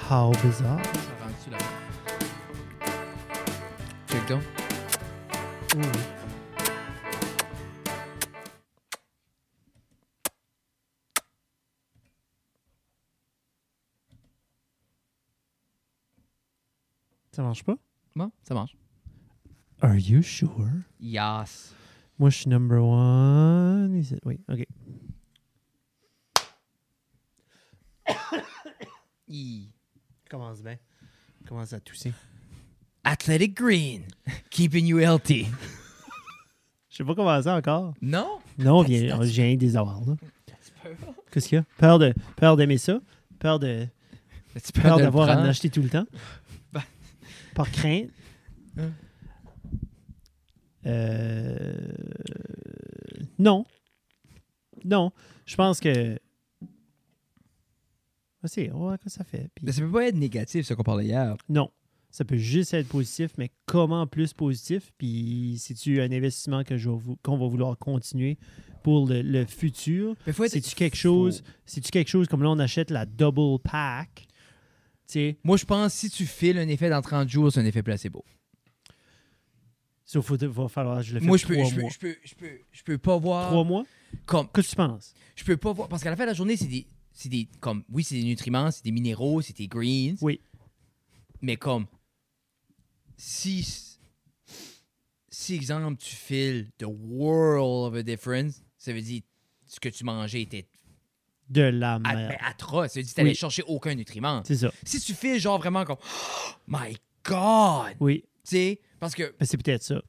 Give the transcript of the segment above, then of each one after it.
How bizarre. Check down. Ça marche pas? Bon, ça marche. Are you sure? Yes. Moi, je suis number one. Is it- Oui, OK. E. Commence bien. Commence à tousser. Athletic Green. Keeping you healthy. Je sais pas comment ça encore. Non? Non, j'ai rien que des avoirs, là. C'est pas Qu'est-ce qu'il y a? Peur de- peur d'aimer ça? Peur de... Tu peur d'avoir à en acheter tout le temps. Ben. Par crainte. Hein. Euh, Non. Non. Je pense que. Vas-y, on va voir quoi ça fait. Puis- Mais ça peut pas être négatif, ce qu'on parlait hier. Non. Ça peut juste être positif, mais comment plus positif? Puis c'est-tu un investissement que je vais vou- qu'on va vouloir continuer pour le, le futur? Mais faut être- C'est-tu quelque chose? C'est-tu quelque chose comme là, on achète la double pack? Tu sais, Moi, je pense si tu files un effet dans 30 jours, c'est un effet placebo. Sauf qu'il va falloir que je le fasse Moi, je peux, trois je, peux, mois. je, peux, je, peux, je peux pas voir. Trois mois? Comme, Qu'est-ce que tu penses? je peux pas voir. Parce qu'à la fin de la journée, c'est des. C'est des. Comme, oui, c'est des nutriments, c'est des minéraux, c'est des greens. Oui. Mais comme. Si. Si, exemple, tu files the world of a difference, ça veut dire ce que tu mangeais était De la at- merde. ben, atroce. Ça veut dire que t'allais Oui. chercher aucun nutriment. C'est ça. Si tu files genre vraiment comme. Oh my God! Oui, Tu sais, parce que. Ben, c'est peut-être ça.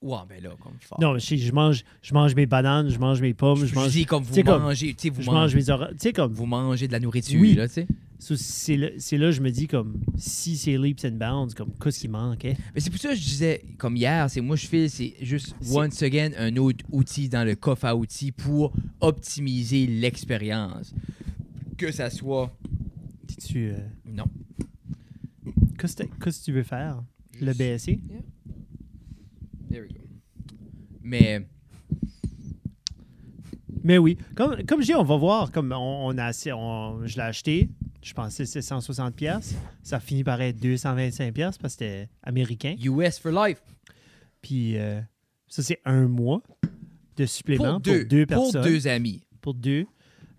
Ouais, ben là, comme fort. Non, mais je, sais, je mange, je mange mes bananes, je mange mes pommes, je, je, mange, dis comme vous t'sais, comme- mangez, tu sais, vous, je mange mangez, mes oranges. Tu sais, comme, vous mangez de la nourriture, Oui. là, tu sais. ça, c'est là, c'est là je me dis, comme, si c'est leaps and bounds, comme, qu'est-ce qui manque? hein? Mais c'est pour ça que je disais, comme hier, c'est moi, je file, c'est juste, C'est- once again, un autre outil dans le coffre à outils pour optimiser l'expérience. Que ça soit. Dis-tu, euh, Non. qu'est-ce que qu'est-ce que tu veux faire? Le Juste- BSC? There we go. Mais. Mais oui, comme, comme je dis, on va voir. Comme on, on a, assez- on- je l'ai acheté, je pensais 760 pièces. Ça finit par être 225 pièces parce que c'était américain. US for life. Puis euh, ça, c'est un mois de Pour, supplément pour deux, deux, personnes. Pour deux amis. Pour deux.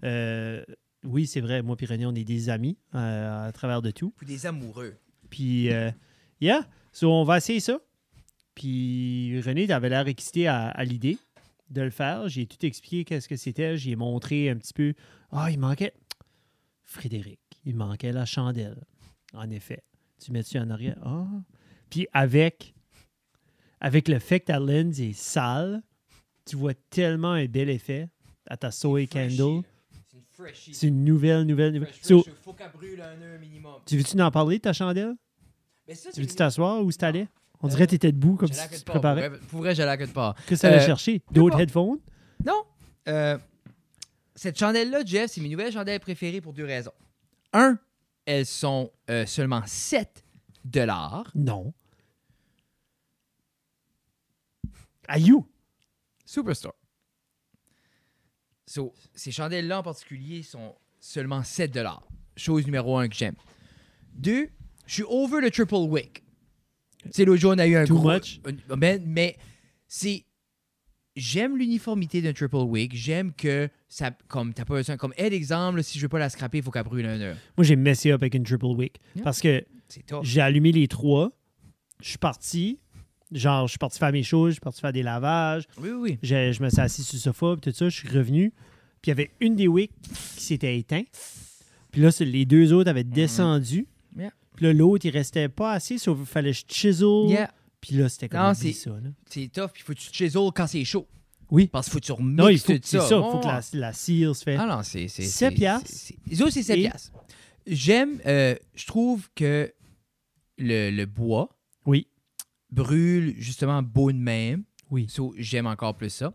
Euh, oui, c'est vrai, moi et René, on est des amis euh, à travers de tout. Pour des amoureux. Puis, euh, yeah, so, on va essayer ça. Puis René, t'avais l'air excité à, à l'idée de le faire. J'ai tout expliqué qu'est-ce que c'était. J'ai montré un petit peu. Ah, il manquait. Frédéric, il manquait la chandelle. En effet. Tu mets-tu en arrière? Ah. Puis avec, avec le fait que ta lens est sale, tu vois tellement un bel effet à ta Soy Candle. C'est une freshie. C'est une nouvelle, nouvelle, nouvelle. So, faut qu'elle brûle un minimum. tu veux-tu en parler de ta chandelle? Mais ça, Tu veux-tu t'asseoir ou si t'allais? On dirait que t'étais debout comme si tu te préparais. Pour vrai, pour vrai, j'allais à quelque part. Qu'est-ce que ça allait Euh, chercher? D'autres pas. headphones? Non. Euh, cette chandelle-là, Jeff, c'est mes nouvelles chandelles préférées pour deux raisons. Un, elles sont euh, seulement 7 dollars. Non. À you! Superstore. So, ces chandelles-là en particulier sont seulement 7 dollars. Chose numéro un que j'aime. Deux, je suis over le triple wick. Tu sais, l'autre jour, on a eu un Too gros- much? un- mais mais c'est... J'aime l'uniformité d'un triple wick. J'aime que ça... Comme t'as pas besoin... Comme, elle, exemple, si je veux pas la scraper, il faut qu'elle brûle un heure. Moi, j'ai messé up avec une triple wick Yeah. parce que C'est top. j'ai allumé les trois. Je suis parti. Genre, je suis parti faire mes choses, je suis parti faire des lavages. Oui, oui, oui. Je, je me suis assis sur le sofa, puis tout ça, je suis revenu. Puis il y avait une des wicks qui s'était éteinte. Puis là, c'est- les deux autres avaient descendu. Mm-hmm. Yeah. Puis là, l'autre, il restait pas assis, sauf qu'il fallait que je chisel. Yeah. Puis là, c'était comme Non, oublie c'est- ça. là. C'est tough. Puis faut que tu te chisel quand c'est chaud. Oui. Parce qu'il faut que tu Non, il remixes faut, tout que- c'est ça. ça, il faut Ouais, que la, la cire se fait. Oh. Ah non, c'est. c'est- Sept c'est- piastres. c'est- c'est- Les autres, c'est 7 Et- piastres. J'aime, euh, je trouve que le, le bois Oui. brûle justement beau de même. Oui. So, j'aime encore plus ça.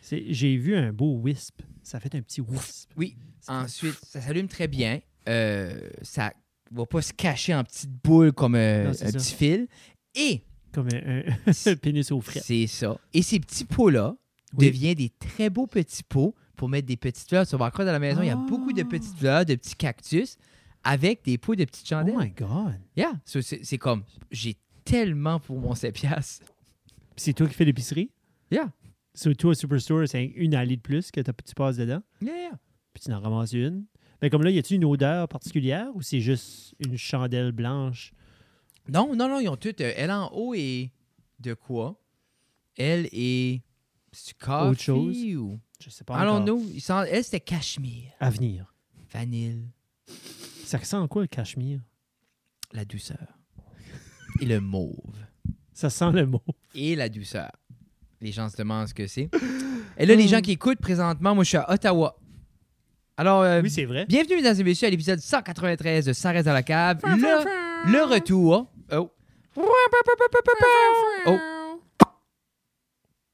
C'est- J'ai vu un beau wisp. Ça fait un petit wisp. Oui. Ça fait- Ensuite, ça s'allume très bien. Euh, ça va pas se cacher en petite boule comme euh, Non, un c'est ça. petit fil. Et Comme un, un- un pénis au frais. c'est ça. Et ces petits pots-là Oui. deviennent des très beaux petits pots pour mettre des petites fleurs. Tu vas voir quoi dans la maison, il y a Ah. beaucoup de petites fleurs, de petits cactus. avec des pots de petites Oh chandelles. my God. Yeah. So, c'est c'est comme, j'ai tellement pour mon 7 piastres. Puis c'est toi qui fais l'épicerie? Yeah. Sur toi, Superstore, c'est une allée de plus que t'as- tu passes dedans, Yeah, yeah. puis tu en ramasses une. Mais comme là, y a-tu une odeur particulière ou c'est juste une chandelle blanche? Non, non, non, ils ont toutes. euh, elle en haut est de quoi? Elle est. C'est coffee Autre chose? ou. Je sais pas. encore. Allons-nous. Il sent- Elle, c'était cachemire, À venir. vanille, Ça sent quoi le cachemire? la douceur. Et le mauve. Ça sent le mot. Et la douceur. Les gens se demandent ce que c'est. Et là, les gens qui écoutent présentement, moi, je suis à Ottawa. Alors, euh, Oui, c'est vrai. bienvenue, mesdames et messieurs, à l'épisode 193 de Sarah dans la cave. Le, le retour. Oh. Oh.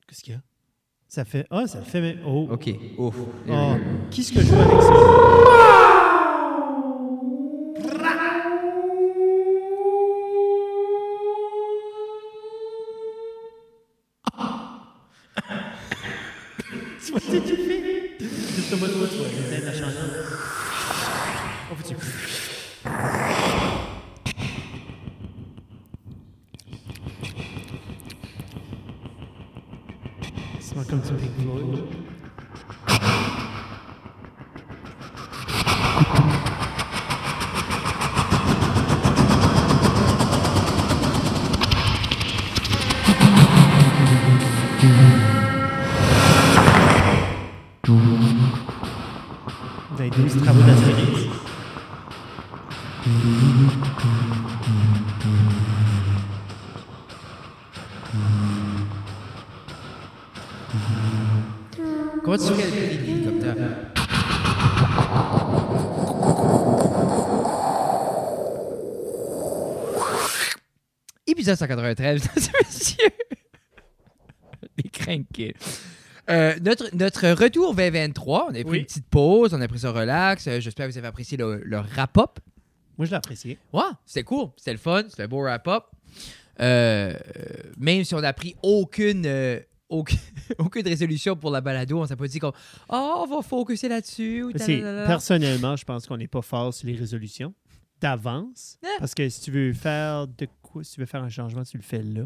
Qu'est-ce qu'il y a? Ça fait. Ah, ça fait même. Oh. OK. Ouf. Oh. Qu'est-ce que je veux avec ça? Tu vois ce que tu fais? Qu'est-ce que moi, toi, tu vois? Je vais peut-être la changer. Oh, putain. Ça sent comme du Pink Floyd. Dans les 12 travaux d'Astérix. Comment tu calcules l'hélicoptère? Épisode 193, mesdames et messieurs. Les crinqués. Euh, notre, notre retour 2023, on a pris Oui. une petite pause, on a pris ça relax. Euh, J'espère que vous avez apprécié le, le wrap-up. Moi, je l'appréciais. Ouais, c'était cool, c'était le fun, c'était un beau wrap-up. Euh, euh, même si on n'a pris aucune, euh, aucune, aucune résolution pour la balado, on s'est pas dit qu'on oh, on va focuser là-dessus. ou C'est- talalala. Personnellement, je pense qu'on n'est pas fort sur les résolutions d'avance. Ah. Parce que si tu veux faire de quoi, si tu veux faire un changement, tu le fais là.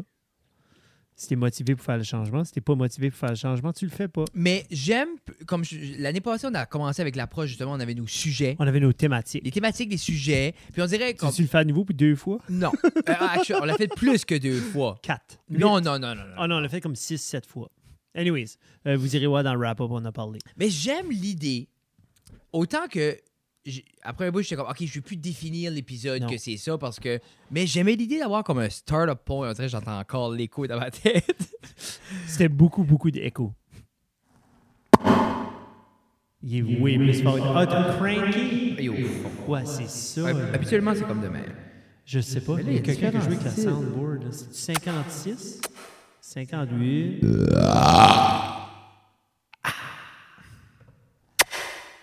Si t'es motivé pour faire le changement, si t'es pas motivé pour faire le changement, tu le fais pas. Mais j'aime, p- comme je- l'année passée, on a commencé avec l'approche, justement, on avait nos sujets, On avait nos thématiques. les thématiques, les sujets. Puis on dirait Tu comme. tu le fais à nouveau puis deux fois? Non, Euh, actually, on l'a fait plus que deux fois. Quatre. Non, non, non, non. non. Ah non, on l'a fait comme six, sept fois. Anyways, euh, vous irez voir dans le wrap-up, on a parlé. Mais j'aime l'idée. Autant que. j'ai- Après un bout, j'étais comme, OK, je vais plus définir l'épisode Non. que c'est ça parce que. Mais j'aimais l'idée d'avoir comme un start-up point. On dirait que j'entends encore l'écho dans ma tête. C'était beaucoup, beaucoup d'écho. Il est way plus fort. Ah, t'as cranky? Et au fond. Ouais, c'est ça. euh, Hab- Habituellement, c'est comme de même. Je sais pas. Il y a quelqu'un qui a joué avec la soundboard. là. C'est-tu 56? 58?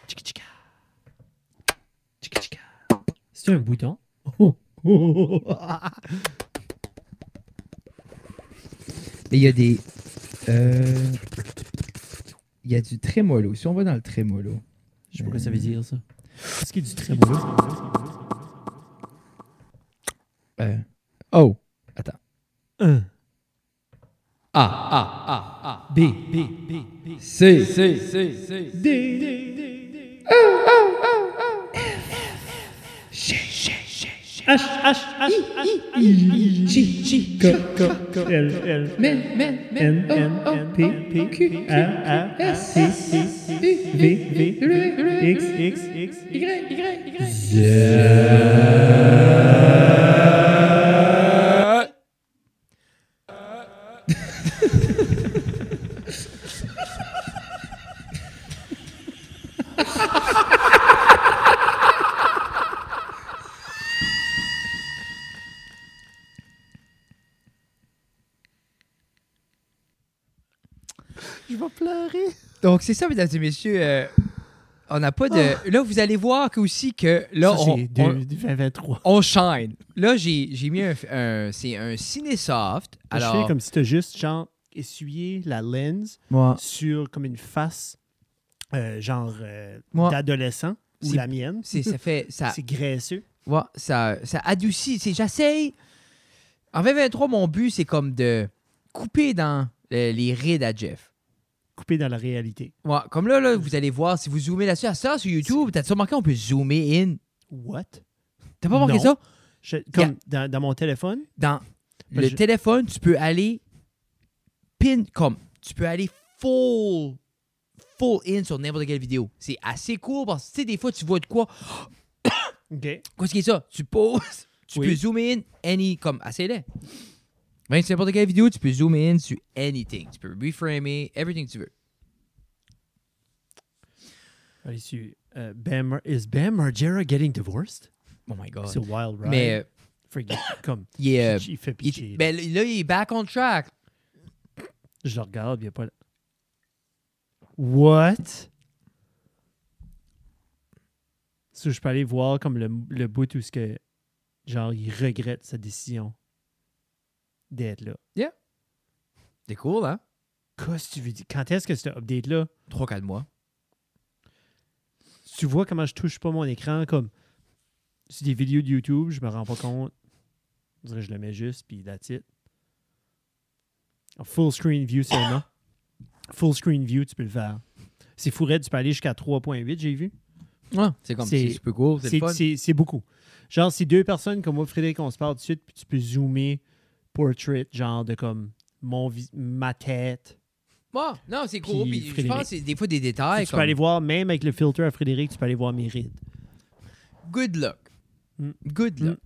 Tchika, tchika. Tchika, tchika. C'est un bouton? Oh, oh, oh, oh. Mais il y a des. euh, Il y a du trémolo. Si on va dans le trémolo. Je sais pas quoi ça veut dire, ça. Est-ce qu'il y a du très beau? euh, Oh! Attends. Un, Ah, ah, ah, ah. B, B, B, B. C, C, C, C. D, D, D, D. G, G, G, G. H, H, H, H, I, J, J, K, K, K, L, L, Men, men, men, N, oh, N, oh, N, P, P, P, Q, Q, R, R, R, S, C, C, C, U, V, V, U, V, X, Y, X, X, Y, X. Y. Je vais pleurer. Donc, c'est ça, mesdames et messieurs. euh, on n'a pas de. Là, vous allez voir que aussi que là, Ah. Ça, on, c'est on, 2023. on shine. Là, j'ai j'ai mis un. un- c'est un Cinesoft. Je Alors. fais comme si tu juste, genre, essuyé la lens Moi. sur comme une face, euh, genre, euh, Moi. d'adolescent. ou C'est- la mienne. C'est, ça fait. Ça, C'est graisseux. ouais, ça, ça adoucit. C'est- J'essaye. En 2023, mon but, c'est comme de couper dans euh, les rides à Jeff. Coupé dans la réalité. Ouais, comme là, Mmh. là, vous allez voir, si vous zoomez là-dessus, à ça, sur YouTube, t'as-tu remarqué, on peut zoomer in. What? T'as pas remarqué Non. ça? Je- comme dans, dans mon téléphone. Dans Ben, le je- téléphone, tu peux aller pin, comme, tu peux aller full, full in sur n'importe quelle vidéo. C'est assez court parce que, tu sais, des fois, tu vois de quoi. OK. Qu'est-ce qui est ça? Tu poses, tu Oui. peux zoomer in, any, comme, assez laid. Même sur n'importe quelle vidéo, tu peux zoomer in sur anything. Tu peux reframer, everything que tu veux. Allez, sur, euh, Bam, Mar- is Bam Margera getting divorced? Oh my god. C'est wild, right? Mais, euh, Freaking- comme, il est. euh, il, il fait il- pitié. là. ben, là, il est back on track. Je le regarde, il n'y a pas... la- What? So, je peux aller voir comme le, le bout où ce que, genre, il regrette sa décision d'être là. C'est cool, hein? Qu'est-ce que tu veux dire? Quand est-ce que ce update-là, 3-4 mois. tu vois comment je touche pas mon écran, comme, c'est des vidéos de YouTube, je me rends pas compte. On dirait que je le mets juste, puis that's it. En Full screen view seulement. Full screen view, tu peux le faire. C'est fourré, tu peux aller jusqu'à 3.8, j'ai vu. Ouais, c'est comme C'est- c'est super cool, c'est le C'est- fun. C'est c'est beaucoup. Genre, c'est deux personnes comme moi, Frédéric, on se parle tout de suite, puis tu peux zoomer portrait, genre de comme mon vis- ma tête. Ouais, non, c'est cool. Puis Puis, je Frédéric. pense que c'est des fois des Puis détails tu comme peux aller voir, même avec le filter à Frédéric, tu peux aller voir mes rides. good luck. Mm. Good luck.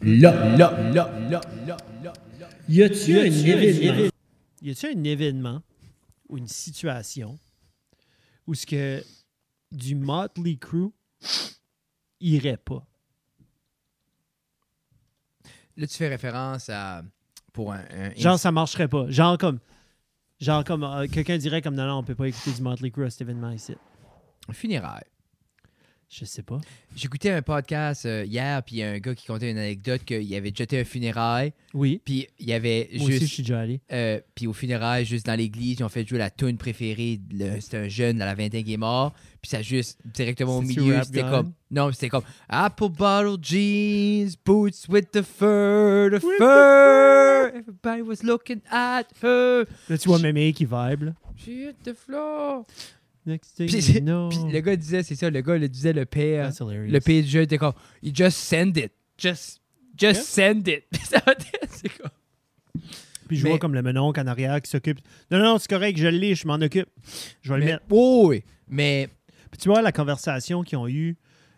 Là, là, là, là, là, là, là. Y a-tu un événement? Y a-tu un événement ou une situation où ce que du Motley Crew irait pas? Là, tu fais référence à. Pour un. un- Genre, ça marcherait pas. Genre comme. Genre comme. euh, Quelqu'un dirait comme non, non, on peut pas écouter du Motley Crew à cet événement ici. un funéraire. Je sais pas. J'écoutais un podcast euh, hier, puis il y a un gars qui contait une anecdote qu'il avait jeté un funérail, Oui. puis il y avait Moi aussi, je juste. suis déjà allé. euh, puis au funérail, juste dans l'église, ils ont fait jouer la tune préférée. de le- C'était un jeune dans la vingtaine qui est mort. Puis ça juste directement au C'est-tu milieu. Rap C'était God? comme. Non, c'était comme Apple Bottle Jeans, Boots with the fur, the fur. Everybody was looking at her. Là, tu vois Mémé qui vibe. Là. She hit the floor. Next thing Puis, c'est- you know. puis le gars disait, c'est ça, le gars le disait le père. That's hilarious. Le pire du jeu était comme, you just send it. Just, just send it. Ça va être- c'est comme- Puis je mais- vois comme le menonc en arrière qui s'occupe. Non, non, c'est correct, je l'ai, je m'en occupe. Je vais le mais, mettre. oui, oui, mais Puis tu vois la conversation qu'ils ont eue.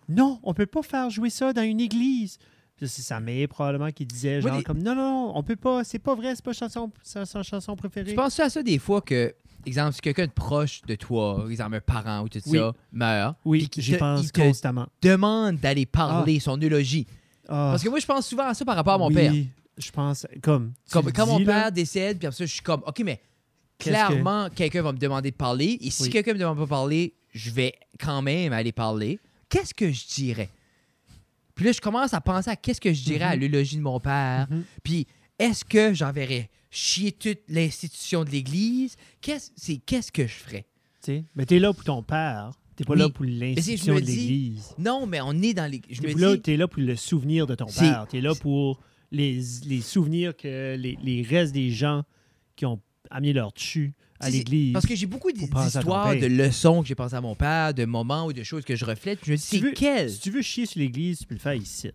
Non, on peut pas faire jouer ça dans une église. Puis C'est sa mère probablement qui disait Moi, genre les- comme non, non, on peut pas, c'est pas vrai, c'est pas chanson, sa, sa chanson préférée. tu penses à ça des fois que, exemple, si quelqu'un de proche de toi, exemple un parent ou tout Oui. ça, meurt, Oui, puis qu'il j'y te- pense Ah. il te constamment. Ah, demande d'aller parler son eulogie. Parce que moi, je pense souvent à ça par rapport à mon père. Je pense comme. tu Comme, le quand mon dis, là, père décède, puis après ça, je suis comme, OK, mais Qu'est-ce que- clairement, quelqu'un va me demander de parler. Et si Oui. quelqu'un me demande pas de parler, je vais quand même aller parler. Qu'est-ce que je dirais? Puis là, je commence à penser à qu'est-ce que je dirais Mm-hmm. à l'élogie de mon père. Mhm. Puis est-ce que j'enverrais chier toute l'institution de l'Église? Qu'est-ce c'est qu'est-ce que je ferais? tu sais, Mais t'es là pour ton père. T'es pas Oui. là pour me l'institution de dis- l'église. Non, mais on est dans l'Église. Je T'es me là, dis, t'es là pour le souvenir de ton C'est- père. T'es là pour les, les souvenirs que les, les restes des gens qui ont amené leur tu à C'est- c'est- l'église. Parce que j'ai beaucoup Faut penser à ton d'histoires, père. de leçons que j'ai pensées à mon père, de moments ou de choses que je reflète. Je me dis, Si tu c'est veux- quel? Si tu veux chier sur l'église, tu peux le faire ici.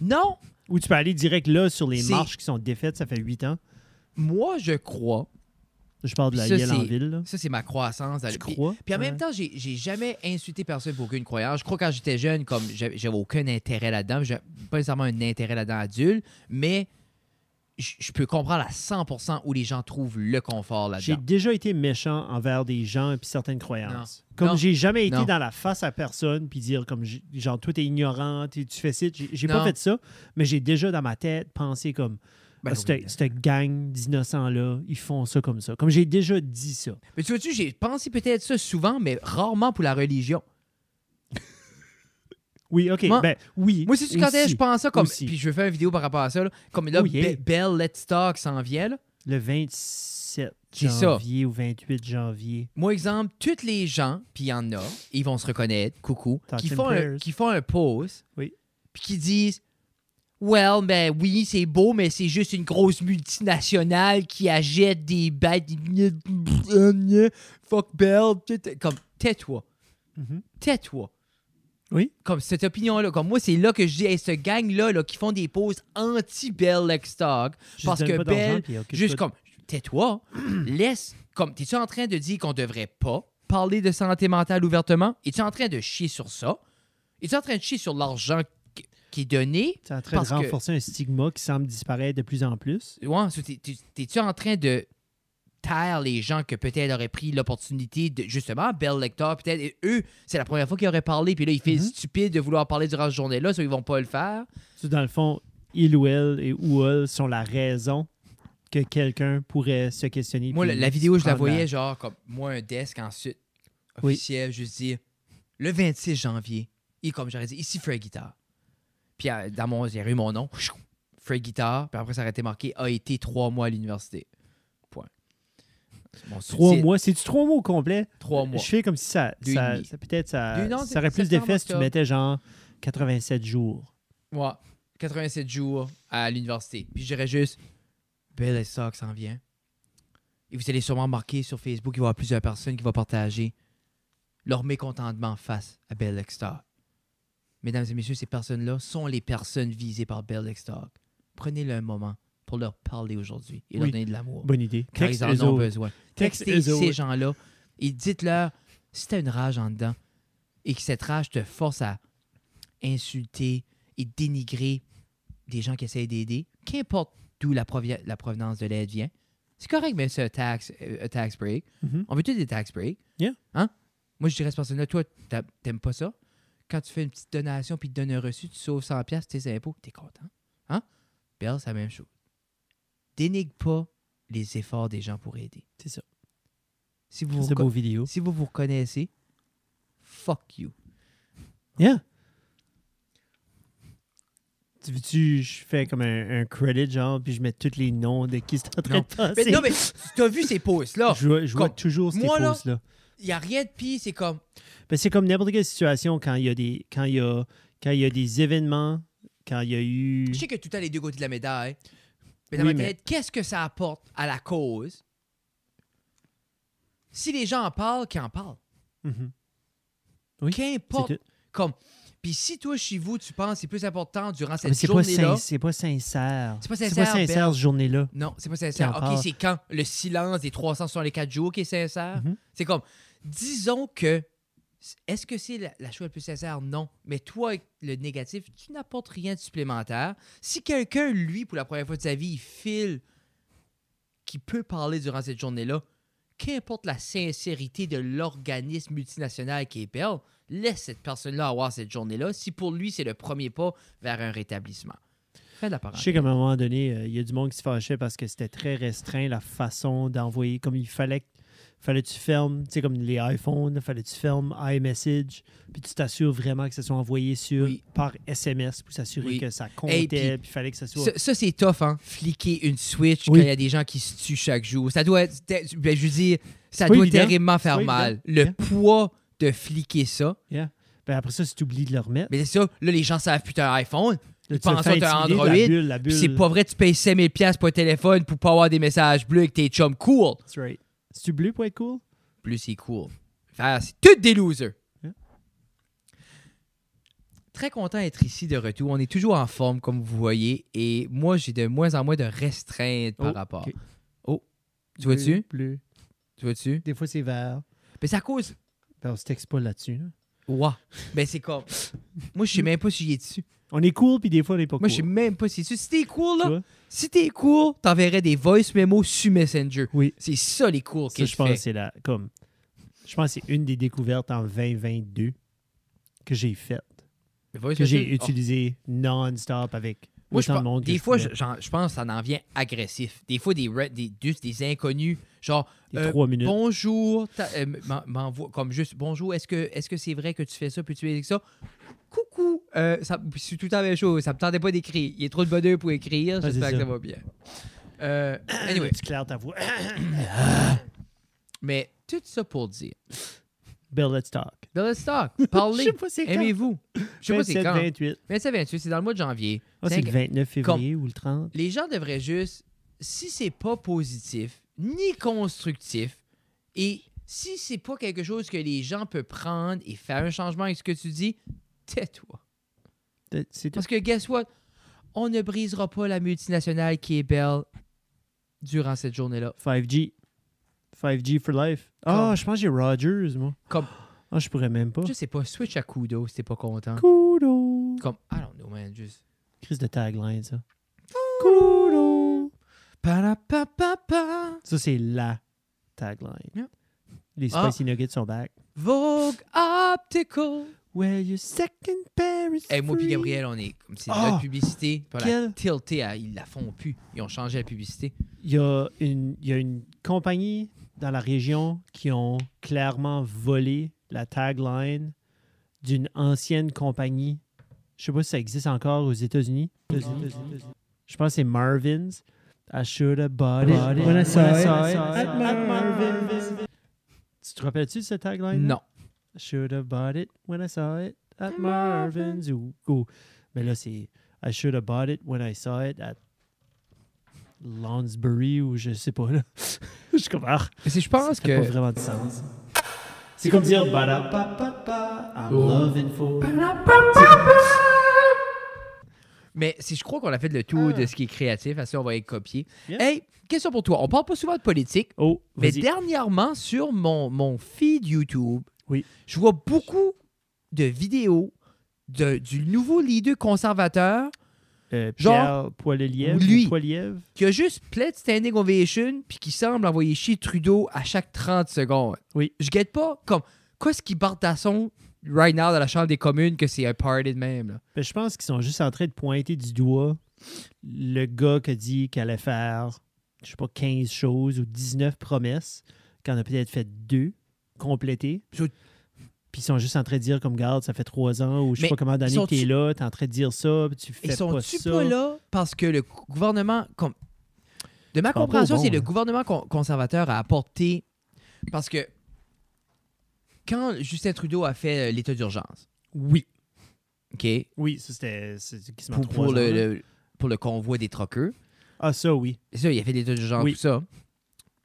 Non! Ou tu peux aller direct là sur les C'est- marches qui sont défaites, ça fait huit ans. Moi, je crois. Je parle de la Ça, Yale en c'est- ville. là. Ça, c'est ma croissance. Dans Tu le... puis- crois? Puis en même Ouais. temps, j'ai j'ai jamais insulté personne pour aucune croyance. Je crois que quand j'étais jeune, comme j'avais j'avais aucun intérêt là-dedans, j'ai pas nécessairement un intérêt là-dedans adulte, mais je je peux comprendre à 100% où les gens trouvent le confort J'ai là-dedans. déjà été méchant envers des gens et puis certaines croyances. Non. Comme Non. j'ai jamais été Non. dans la face à personne puis dire comme j- genre toi t'es ignorant, t'es- tu fais ci, j'ai j'ai pas Non. fait ça, mais j'ai déjà dans ma tête pensé comme Ben Ah, oui. cette, cette gang d'innocents-là, ils font ça comme ça. Comme j'ai déjà dit ça. Mais tu vois-tu, j'ai pensé peut-être ça souvent, mais rarement pour la religion. Oui, OK. Moi- ben, oui. Moi, si tu quand aussi. je pense ça comme. Aussi. Puis je vais faire une vidéo par rapport à ça, là. comme là, Oh, yeah. Be- Belle Let's Talk s'en vient, là. Le 26... 27 C'est ça. janvier ou 28 janvier. Moi, exemple, toutes les gens, puis il y en a, ils vont se reconnaître, coucou, Thoughts qui and font, un, prayers. qui font un pause, Oui. puis qui disent Well, ben oui, c'est beau, mais c'est juste une grosse multinationale qui achète des bêtes. des- Fuck Bell. Comme, tais-toi. Mhm. Tais-toi. Oui. Comme cette opinion-là. Comme moi, c'est là que je dis Hey, ce gang-là là, qui font des pauses anti-Bell Stock. Juste Parce donne que pas d'argent, Bell, puis occupe-toi juste de- comme, tais-toi, laisse. Comme, t'es-tu en train de dire qu'on devrait pas parler de santé mentale ouvertement? Es-tu en train de chier sur ça? Es-tu en train de chier sur l'argent qui- qui est donné? T'es en train parce de que- renforcer un stigma qui semble disparaître de plus en plus. Ouais, so t'es- t'es- t'es-tu en train de taire les gens que peut-être auraient pris l'opportunité de justement Bell Lector peut-être et eux c'est la première fois qu'ils auraient parlé puis là ils fait Mhm. stupide de vouloir parler durant cette journée-là ça ils vont pas le faire Tu sais, Dans le fond, il ou elle et ou elle sont la raison que quelqu'un pourrait se questionner. moi la, puis la vidéo je la prendre voyais genre comme moi un desk ensuite Oui. officiel je dis le 26 janvier et comme j'aurais dit ici Frey Guitar puis euh, dans mon j'ai eu mon nom Frey Guitar puis après ça aurait été marqué a été trois mois à l'université point Mon Trois sous-titre, mois. C'est-tu trois mois au complet? trois mois Je fais comme si ça. Deux et ça- demi. ça- Peut-être ça, Deux, non, ça aurait plus septembre, d'effet si tu octobre. mettais genre 87 jours. Ouais. 87 jours à l'université. Puis je dirais juste, ben, Belle Sox s'en vient. Et vous allez sûrement marquer sur Facebook, il va y avoir plusieurs personnes qui vont partager leur mécontentement face à Bell Stock. Mesdames et messieurs, ces personnes-là sont les personnes visées par Bell Stock. Prenez-le un moment pour leur parler aujourd'hui et leur Oui. donner de l'amour. Bonne idée. Car Texte ils en eux ont autres. besoin. Texte Textez eux ces autres. gens-là et dites-leur si t'as une rage en dedans et que cette rage te force à insulter et dénigrer des gens qui essayent d'aider, qu'importe d'où la, provi- la provenance de l'aide vient, c'est correct, mais c'est un tax, euh, un tax break. Mhm. On veut tous des tax breaks. Yeah. Hein? Moi, je dirais à cette personne-là, toi, t'a- t'aimes pas ça? Quand tu fais une petite donation puis tu donnes un reçu, tu sauves 100$ piastres de tes impôts, t'es content. Hein? Belle, c'est la même chose. Dénigre pas les efforts des gens pour aider. C'est ça. Si vous, vous C'est reco- beau vidéo. si vous vous reconnaissez, fuck you. Yeah. Tu veux-tu, je fais comme un, un credit, genre, puis je mets tous les noms de qui c'est en train Non. de passer. Mais non, mais tu as vu ces pauses-là. je vois, je vois comme- toujours ces moi, là- pauses-là. Il n'y a rien de pire, c'est comme. Ben, c'est comme n'importe quelle situation quand il y a des quand il y a quand il y a des événements, quand il y a eu Je sais que tout a les deux côtés de la médaille. Mais dans Oui, ma mais- tête, qu'est-ce que ça apporte à la cause? Si les gens en parlent, qu'ils en parlent. Mhm. Oui, Qu'importe. c'est tout. Comme. Puis si toi, chez vous, tu penses que c'est plus important durant Mais cette c'est pas, journée-là. sin- c'est pas sincère. C'est pas C'est sincère. Ben. pas sincère Belle. cette journée-là. Non, c'est pas sincère. Qui en Ok, parle. c'est quand le silence des 364 jours qui est sincère. Mhm. C'est comme, disons que, est-ce que c'est la, la chose la plus sincère? Non. Mais toi, avec le négatif, tu n'apportes rien de supplémentaire. Si quelqu'un, lui, pour la première fois de sa vie, il file qui peut parler durant cette journée-là, qu'importe la sincérité de l'organisme multinational qui est Bell, laisse cette personne-là avoir cette journée-là si pour lui, c'est le premier pas vers un rétablissement. Fin de la Je parenthèse. sais qu'à un moment donné, euh, il y a du monde qui se fâchait parce que c'était très restreint la façon d'envoyer. Comme il fallait, que- fallait que tu fermes, tu sais, comme les iPhones, fallait que tu fermes iMessage, puis tu t'assures vraiment que ça soit envoyé sur, Oui. par SMS pour s'assurer Oui. que ça comptait, Hey, puis- puis il fallait que ça soit. Ça, ça, c'est tough, hein? Fliquer une Switch Oui. quand il y a des gens qui se tuent chaque jour. Ça doit, être- ter- ben, je veux dire, ça C'est pas doit évident. Hein? terriblement C'est faire pas mal. Le évident. poids de fliquer ça. Ben, après ça, si tu oublies de le remettre, Mais c'est ça, là, les gens savent plus t'as un iPhone. là, ils tu vas pensent faire que t'as un intimider de Android, La bulle, la Puis bulle. c'est pas vrai, tu payes 5000$ piastres pour un téléphone pour pas avoir des messages bleus avec tes chums. Cool. That's right. C'est-tu bleu pour être cool? Plus c'est cool. Faire- c'est toutes des losers. Hein? Très content d'être ici de retour. On est toujours en forme, comme vous voyez. Et moi, j'ai de moins en moins de restreintes par Oh, rapport. ok. Oh, tu vois-tu? Bleu. Tu vois-tu? Des fois, c'est vert. Mais c'est à cause. Ben, on se texte pas là-dessus. hein. Ouah. Ben, c'est comme. Moi, je sais même pas si j'y ai dessus. On est cool, puis des fois, on est pas Moi, je sais cool. même pas si j'y ai dessus. Si t'es cool, Tu là, vois? si t'es cool, t'enverrais des voice memos sur Messenger. Oui. C'est ça, les cours Ça, que je je pense que fais. c'est la. Comme, je pense que c'est une des découvertes en 2022 que j'ai faites, Les voice que j'ai messages, oh. utilisées non-stop avec Moi, je autant de pense- monde. que des je fois, pouvais. je, j'en- je pense que ça en vient agressif. Des fois, des, re- des, des, des inconnus, genre, Des euh, trois minutes. bonjour, ta- euh, m'en- m'envoie- comme juste, bonjour, est-ce que est-ce que c'est vrai que tu fais ça, puis tu fais ça? Coucou, euh, ça- c'est tout le temps la même chose, ça me tentait pas d'écrire. Il y a trop de bonheur pour écrire, Ouais, Ah, c'est j'espère que ça. ça va bien. Euh, anyway, Tu claires ta voix. mais tout ça pour dire. Bill, let's talk. Bill Let's Talk, Je parlez, sais pas c'est quand. aimez-vous. Je sais pas c'est 27, quand. 28. 27, 28, c'est dans le mois de janvier. Ah, c'est Cinq- le 29 février ou le 30. les gens devraient juste, si c'est pas positif, ni constructif, et si c'est pas quelque chose que les gens peuvent prendre et faire un changement avec ce que tu dis, tais-toi. Euh, C'est tout. Parce que guess what? On ne brisera pas la multinationale qui est belle durant cette journée-là. 5G. 5G for life. Ah, Comme- je pense que j'ai Rogers, moi. Comme, Ah, je pourrais même pas. je sais pas, switch à Kudo si t'es pas content. Kudo. Comme, I don't know, man, juste. Crise de tagline, ça. Kudo. Pa-la-pa-pa-pa. Ça, c'est la tagline. Yeah. Les Ah. spicy nuggets sont back. Vogue Optical. Well, your second pair is Hey, Eh, moi puis free. Gabriel, on est comme c'est Ah! notre publicité. Puis on Quel- la tilté, à- ils la font plus. Ils ont changé la publicité. Il y, a une, il y a une compagnie dans la région qui ont clairement volé la tagline d'une ancienne compagnie. Je sais pas si ça existe encore aux États-Unis. Je pense que c'est Marvin's. I should have bought it Bought it when I saw it at Marvin's. Tu te rappelles-tu de cette tagline? Non. I should have bought it when I saw it at Marvin's. Ou, ou- Mais là, c'est I should have bought it when I saw it at Lansbury ou je sais pas. Là. je comprends. Si je pense Ça n'a pas que. vraiment de sens. C'est comme dire ba-da-pa-pa-pa, I'm loving for. Mais si je crois qu'on a fait le tour de ce qui est créatif, parce qu'on va être copié. Ah. Yeah. Hey, question pour toi. On parle pas souvent de politique, Oh, mais vas-y. dernièrement, sur mon, mon feed YouTube, Oui. je vois beaucoup de vidéos de- du nouveau leader conservateur Euh, Pierre genre, Poilievre. lui. ou Poilievre. qui a juste plein de standing ovation puis qui semble envoyer chier Trudeau à chaque 30 secondes. Oui. Je guette pas comme qu'est-ce qui Bartasson right now dans la Chambre des communes que c'est un party de même. là. Ben, je pense qu'ils sont juste en train de pointer du doigt le gars qui a dit qu'elle allait faire, je sais pas, 15 choses ou 19 promesses, qu'on a peut-être fait deux complétées. Je- Puis ils sont juste en train de dire, comme, garde, ça fait trois ans ou je sais Mais pas comment d'années que sont-tu- t'es là, t'es en train de dire ça, puis tu fais Et pas sont-tu ça. pas là parce que le cou- gouvernement comme de ma pas compréhension, bon, c'est le là. gouvernement con- conservateur a apporté parce que quand Justin Trudeau a fait euh, l'état d'urgence, Oui. OK, Oui, ça c'était. c'est- qui se met pour, trois pour le, ans, là. le- pour le convoi des troqueurs, Ah, ça, oui. C'est ça, il a fait des tas de genre, Oui. tout ça.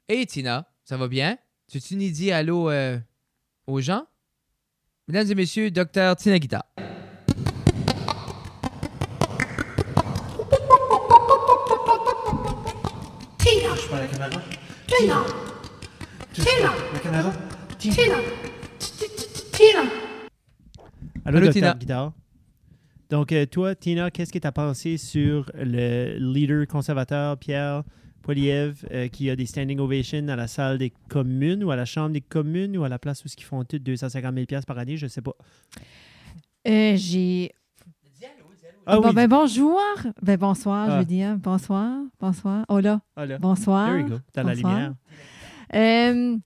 Et Tina, ça va bien? Tu tu ni dit allô euh, aux gens? Mesdames et messieurs, docteur Tina Guita. Allô, Allô, docteur Tina. Guitare. Donc, euh, toi, Tina, qu'est-ce que tu as pensé sur le leader conservateur Pierre Poilievre euh, qui a des standing ovations à la salle des communes ou à la chambre des communes ou à la place où ce qu'ils font tout 250 000 piastres par année, je sais pas. Euh, j'ai. Ah bon, oui, ben, bonjour. Ben, bonsoir, Ah. je veux dire. Bonsoir. Bonsoir. Oh là. ah, là. Bonsoir. There you go, dans la Bonsoir. lumière. Euh,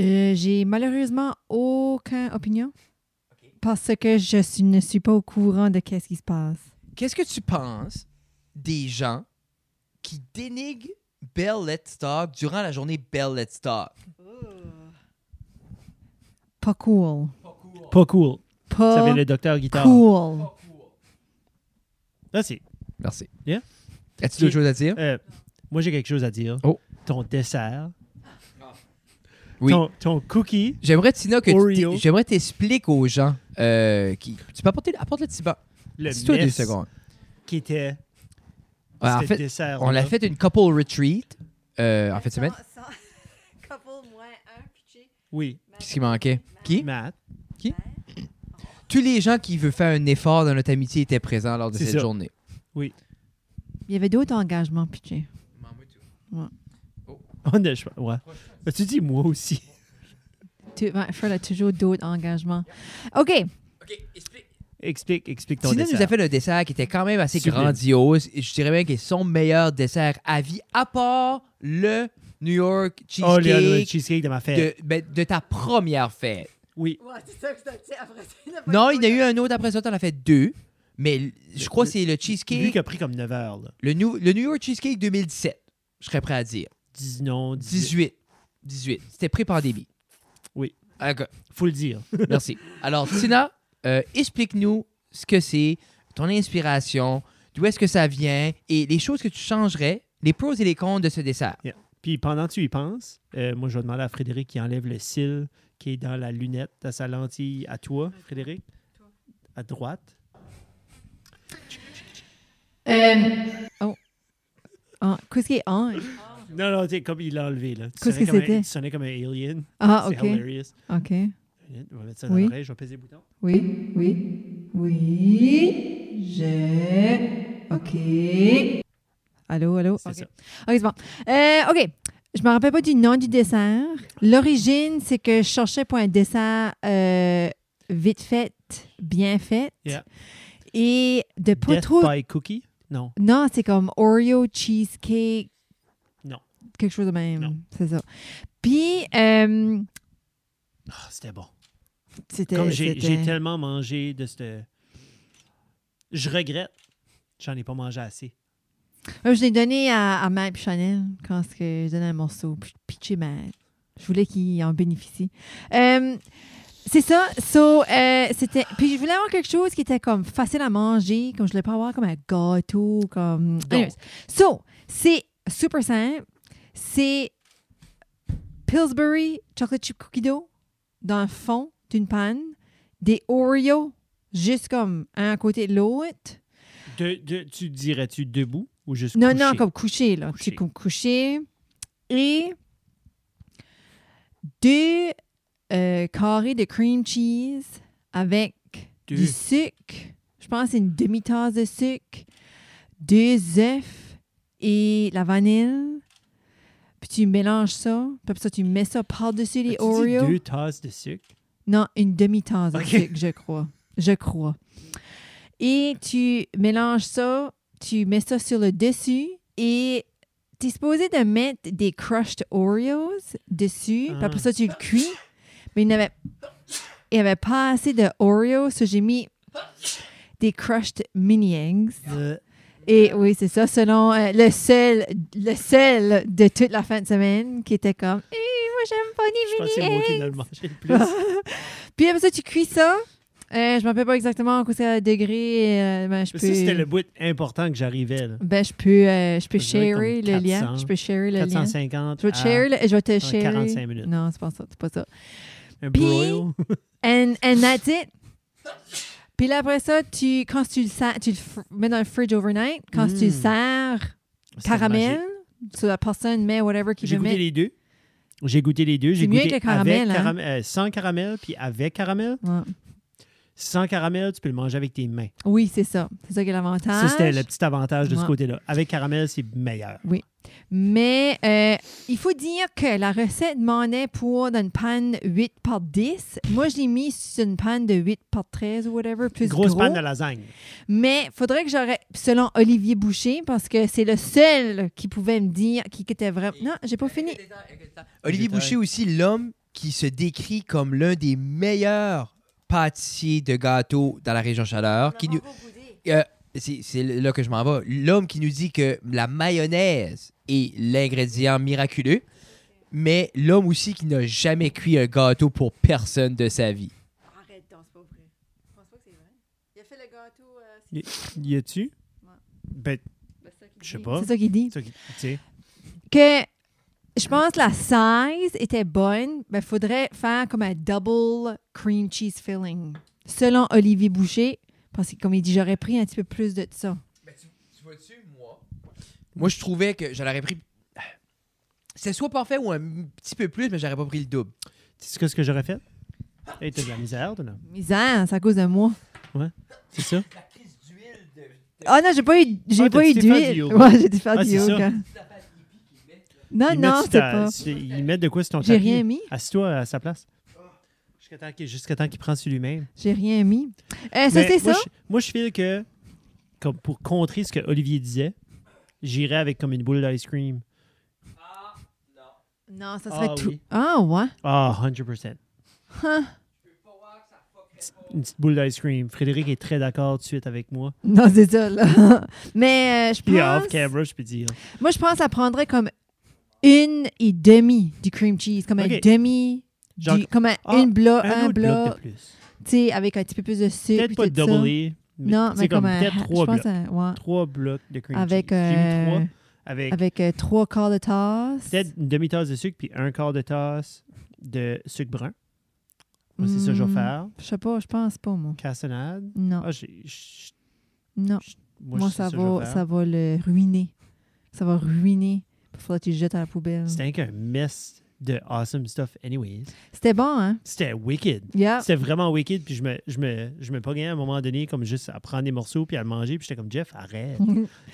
euh, j'ai malheureusement aucune opinion parce que je suis- ne suis pas au courant de qu'est-ce qui se passe. Qu'est-ce que tu penses des gens qui dénigrent Bell Let's Talk durant la journée Bell Let's Talk? Pas cool. Pas cool. Ça Pas vient le docteur Guitare. cool. Là, c'est. Merci. Yeah. As-tu d'autres Ok. choses à dire? euh, moi, j'ai quelque chose à dire. Oh. Ton dessert. Oui. Ton, ton cookie. J'aimerais, Tina, que tu Oreo. t'é- j'aimerais t'expliques aux gens euh, qui. Tu peux apporter apporte le petit banc. Le Dis-toi deux mess secondes. Qui était. Ouais, en ce fait, dessert. on l'a fait une couple retreat euh, en fait semaine. Couple moins un, pitché. Oui. Qu'est-ce qui manquait? Qui? Matt. tous les gens qui veulent faire un effort dans notre amitié étaient présents lors de C'est cette ça. journée. Il y avait d'autres engagements, pitché. On a, je- ouais. Mais Tu dis moi aussi. Tu, ben, Fred a toujours d'autres engagements. OK. Explique, explique ton Tina dessert. nous a fait un dessert qui était quand même assez Sublime. grandiose. Et je dirais même que c'est son meilleur dessert à vie, à part le New York Oh, le le Cheesecake cheesecake de ma fête. de, ben, de ta première fête. Oui. Non, il y en a eu un autre après ça, t'en as fait deux. Mais l- je crois que c'est le cheesecake. Lui qui a pris comme 9 heures, là. Le, New, le New York Cheesecake 2017, je serais prêt à dire. 10, non, 18. 18. 18. C'était pré-pandémie. Oui. D'accord. Faut le dire. Merci. Alors, Tina, euh, explique-nous ce que c'est, ton inspiration, d'où est-ce que ça vient et les choses que tu changerais, les pros et les cons de ce dessert. Puis pendant que tu y penses, euh, moi, je vais demander à Frédéric qui enlève le cil qui est dans la lunette, dans sa lentille. À toi, Frédéric. À droite. En- Ah, Qu'est-ce qui est en? Non, non, t'sais, comme il l'a enlevé, là. Tu Qu'est-ce sonnais que comme un- c'était? Tu sonnais comme un alien. Ah, C'est ok. hilarious. OK. On va mettre ça dans Oui. l'oreille, je vais peser le bouton. Oui, oui, oui, je... OK. Allô, allô? C'est OK, ça. Ok, c'est bon. Euh, OK. Je me rappelle pas du nom du dessert. L'origine, c'est que je cherchais pour un dessert euh, vite fait, bien fait. Yeah. Et de pas Death trop... by Cookie? Non. Non, c'est comme Oreo cheesecake. Non. Quelque chose de même. Non. C'est ça. Puis, euh, Ah, c'était bon. c'était. Comme j'ai c'était- j'ai tellement mangé de ce... Je regrette. J'en ai pas mangé assez. Euh, Je l'ai donné à, à Matt et Chanel quand ce que je donnais un morceau. Puis je pitchais Matt. Je voulais qu'il en bénéficie. Euh, c'est ça. So, euh, c'était. Puis je voulais avoir quelque chose qui était comme facile à manger, comme je voulais pas avoir comme un gâteau, comme. Anyways. So, c'est super simple. C'est Pillsbury chocolate chip cookie dough dans le fond d'une panne, des Oreos juste comme un à côté de l'autre. De, de- tu dirais-tu debout ou juste Non, couché? non, comme couché, là. Couché. Tu comme couché. Et deux euh, carrés de cream cheese avec Deux. du sucre. Je pense que c'est une demi-tasse de sucre. Deux œufs et la vanille. Puis tu mélanges ça. Puis après ça, tu mets ça par-dessus les As-tu dit Oreos. deux tasses de sucre. Non, une demi-tasse Ok. de sucre, je crois. Je crois. Et tu mélanges ça, tu mets ça sur le dessus et tu es supposé de mettre des crushed Oreos dessus. Puis après ça, tu le cuis. Mais il n'y avait, il y avait pas assez de Oreos, so j'ai mis des crushed mini eggs. Euh. Et oui, c'est ça, selon euh, le seul le seul de toute la fin de semaine qui était comme Eh, moi j'aime pas je pense que les c'est mini moi eggs. Ah, qui dois le manger le plus. Puis après ça, tu cuis ça. Euh, je ne me rappelle pas exactement à quoi c'est à degré. euh, ben, je Mais peux, ça, c'était le bout important que j'arrivais. là. ben, je peux, euh, je peux Ça doit être comme sharer le lien. 400, Je peux sharer le lien. 450 Je vais te, sharer le- je vais te à sharer. 45 Ah, minutes. Non, c'est pas ça. C'est pas ça. Un Puis- broil. And, and that's it. Puis là, après ça, tu, quand tu le sers, tu le fr- mets dans le fridge overnight. Quand tu Mm. le sers C'était caramel, magique. so la personne met whatever qu'il J'ai veut goûté mettre. les deux. J'ai goûté les deux. J'ai C'est mieux goûté que le avec caramel, hein? caram- euh, sans caramel, puis avec caramel. Ouais. Sans caramel, tu peux le manger avec tes mains. Oui, c'est ça. C'est ça qui est l'avantage. Ça, c'était le petit avantage de ce Ouais. côté-là. Avec caramel, c'est meilleur. Mais euh, il faut dire que la recette m'en est pour dans une panne 8 par 10. Moi, je l'ai mis sur une panne de 8 par 13 ou whatever, plus Grosse gros. panne de lasagne. Mais faudrait que j'aurais, selon Olivier Boucher, parce que c'est le seul qui pouvait me dire qui était vraiment... Non, j'ai pas fini. Olivier Boucher aussi, l'homme qui se décrit comme l'un des meilleurs pâtissiers de gâteaux dans la région chaleur. Qui nous... Euh, c'est c'est là que je m'en vais. L'homme qui nous dit que la mayonnaise est l'ingrédient miraculeux, mais l'homme aussi qui n'a jamais cuit un gâteau pour personne de sa vie. Arrête, c'est pas vrai. Je pense pas que c'est vrai. Il a fait le gâteau... Y, y a-tu? Ouais. Ben, je sais pas. c'est ça qu'il dit. Ça qui- tu sais. que je pense que la size était bonne, mais il faudrait faire comme un double cream cheese filling, selon Olivier Boucher. Parce que, comme il dit, j'aurais pris un petit peu plus de ça. Tu vois-tu, moi? Moi, je trouvais que je l'aurais pris. C'est soit parfait ou un petit peu plus, mais j'aurais pas pris le double. Tu sais ce que j'aurais fait? Hey, t'as de la misère, toi, là. Misère, c'est à cause de moi. C'est ça? La crise d'huile de. Ah non, j'ai pas eu, j'ai Ah, pas eu t'as-tu fait du d'huile. yoga? Ouais, j'ai dû faire Ah, du c'est ça. yoga. Non, Ils Ah, non, mettent sur c'est ta- pas. sur- Ils mettent de quoi sur ton J'ai tapis? rien mis. Assis-toi à sa place. Jusqu'à temps qu'il jusqu'à temps qu'il prend sur lui-même. J'ai rien mis. Euh, ça, Mais c'est moi, ça? Je, moi, je file que, comme pour contrer ce que Olivier disait, j'irais avec comme une boule d'ice cream. Non, ça serait Ah, tout. oui. Ah, ouais. Ah, 100%. Hein. petite- une petite boule d'ice cream. Frédéric est très d'accord tout de suite avec moi. Non, c'est ça, là. Mais euh, je Puis off pense... camera, je peux dire. Moi, je pense que ça prendrait comme une et demi du cream cheese. Comme un Ok. demi... du- Genre- comme un, Ah, une blo- un un autre bloc bloc, de plus. tu sais, avec un petit peu plus de sucre. Peut-être puis pas tout ça. double E, mais Non, c'est mais comme, comme, un... peut-être trois je pense blocs. un- ouais. Trois blocs de cream avec, cheese. J'ai mis euh, trois. Avec, avec euh, trois quarts de tasse. peut-être une demi-tasse de sucre puis un quart de tasse de sucre brun. Moi, c'est ça que je vais Hmm. faire. Je sais pas, je pense pas, moi. Cassonade. Non, Ah, j'ai- j- non. moi, Moi, c'est ça, que je vais va, faire. ça va le ruiner. Ça va ruiner. Il faudra que tu le jettes à la poubelle. C'était un mess de awesome stuff anyways. C'était bon, hein? C'était wicked. Yeah. C'était vraiment wicked, puis je me, je, me, je me pognais à un moment donné comme juste à prendre des morceaux puis à le manger, puis j'étais comme, Jeff, arrête.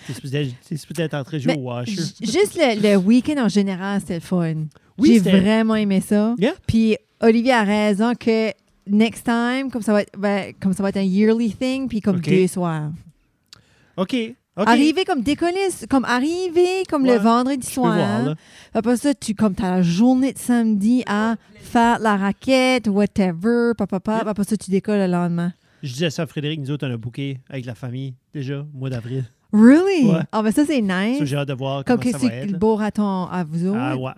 T'es supposé être- t'es supposé être en train de jouer Mais au washer. J- Juste le, le week-end en général, c'était le fun. Oui, J'ai c'était- vraiment aimé ça. Yeah. Puis Olivier a raison que next time, comme ça va être, ben, comme ça va être un yearly thing, puis comme Ok. deux soirs. OK, OK. Arriver comme décoller, comme arriver comme Ouais, le vendredi Je peux soir. voir, là. Après ça, tu comme t'as la journée de samedi à faire la raquette, whatever, papa, papa. Après ça, tu décolles le lendemain. Je disais ça à Frédéric, nous autres, on a booké avec la famille déjà, mois d'avril. Really? Ouais. Ah, ben ça, c'est So, nice. j'ai hâte de voir Comme comment ça que va c'est être. le là. beau raton à vous autres. Ah ouais,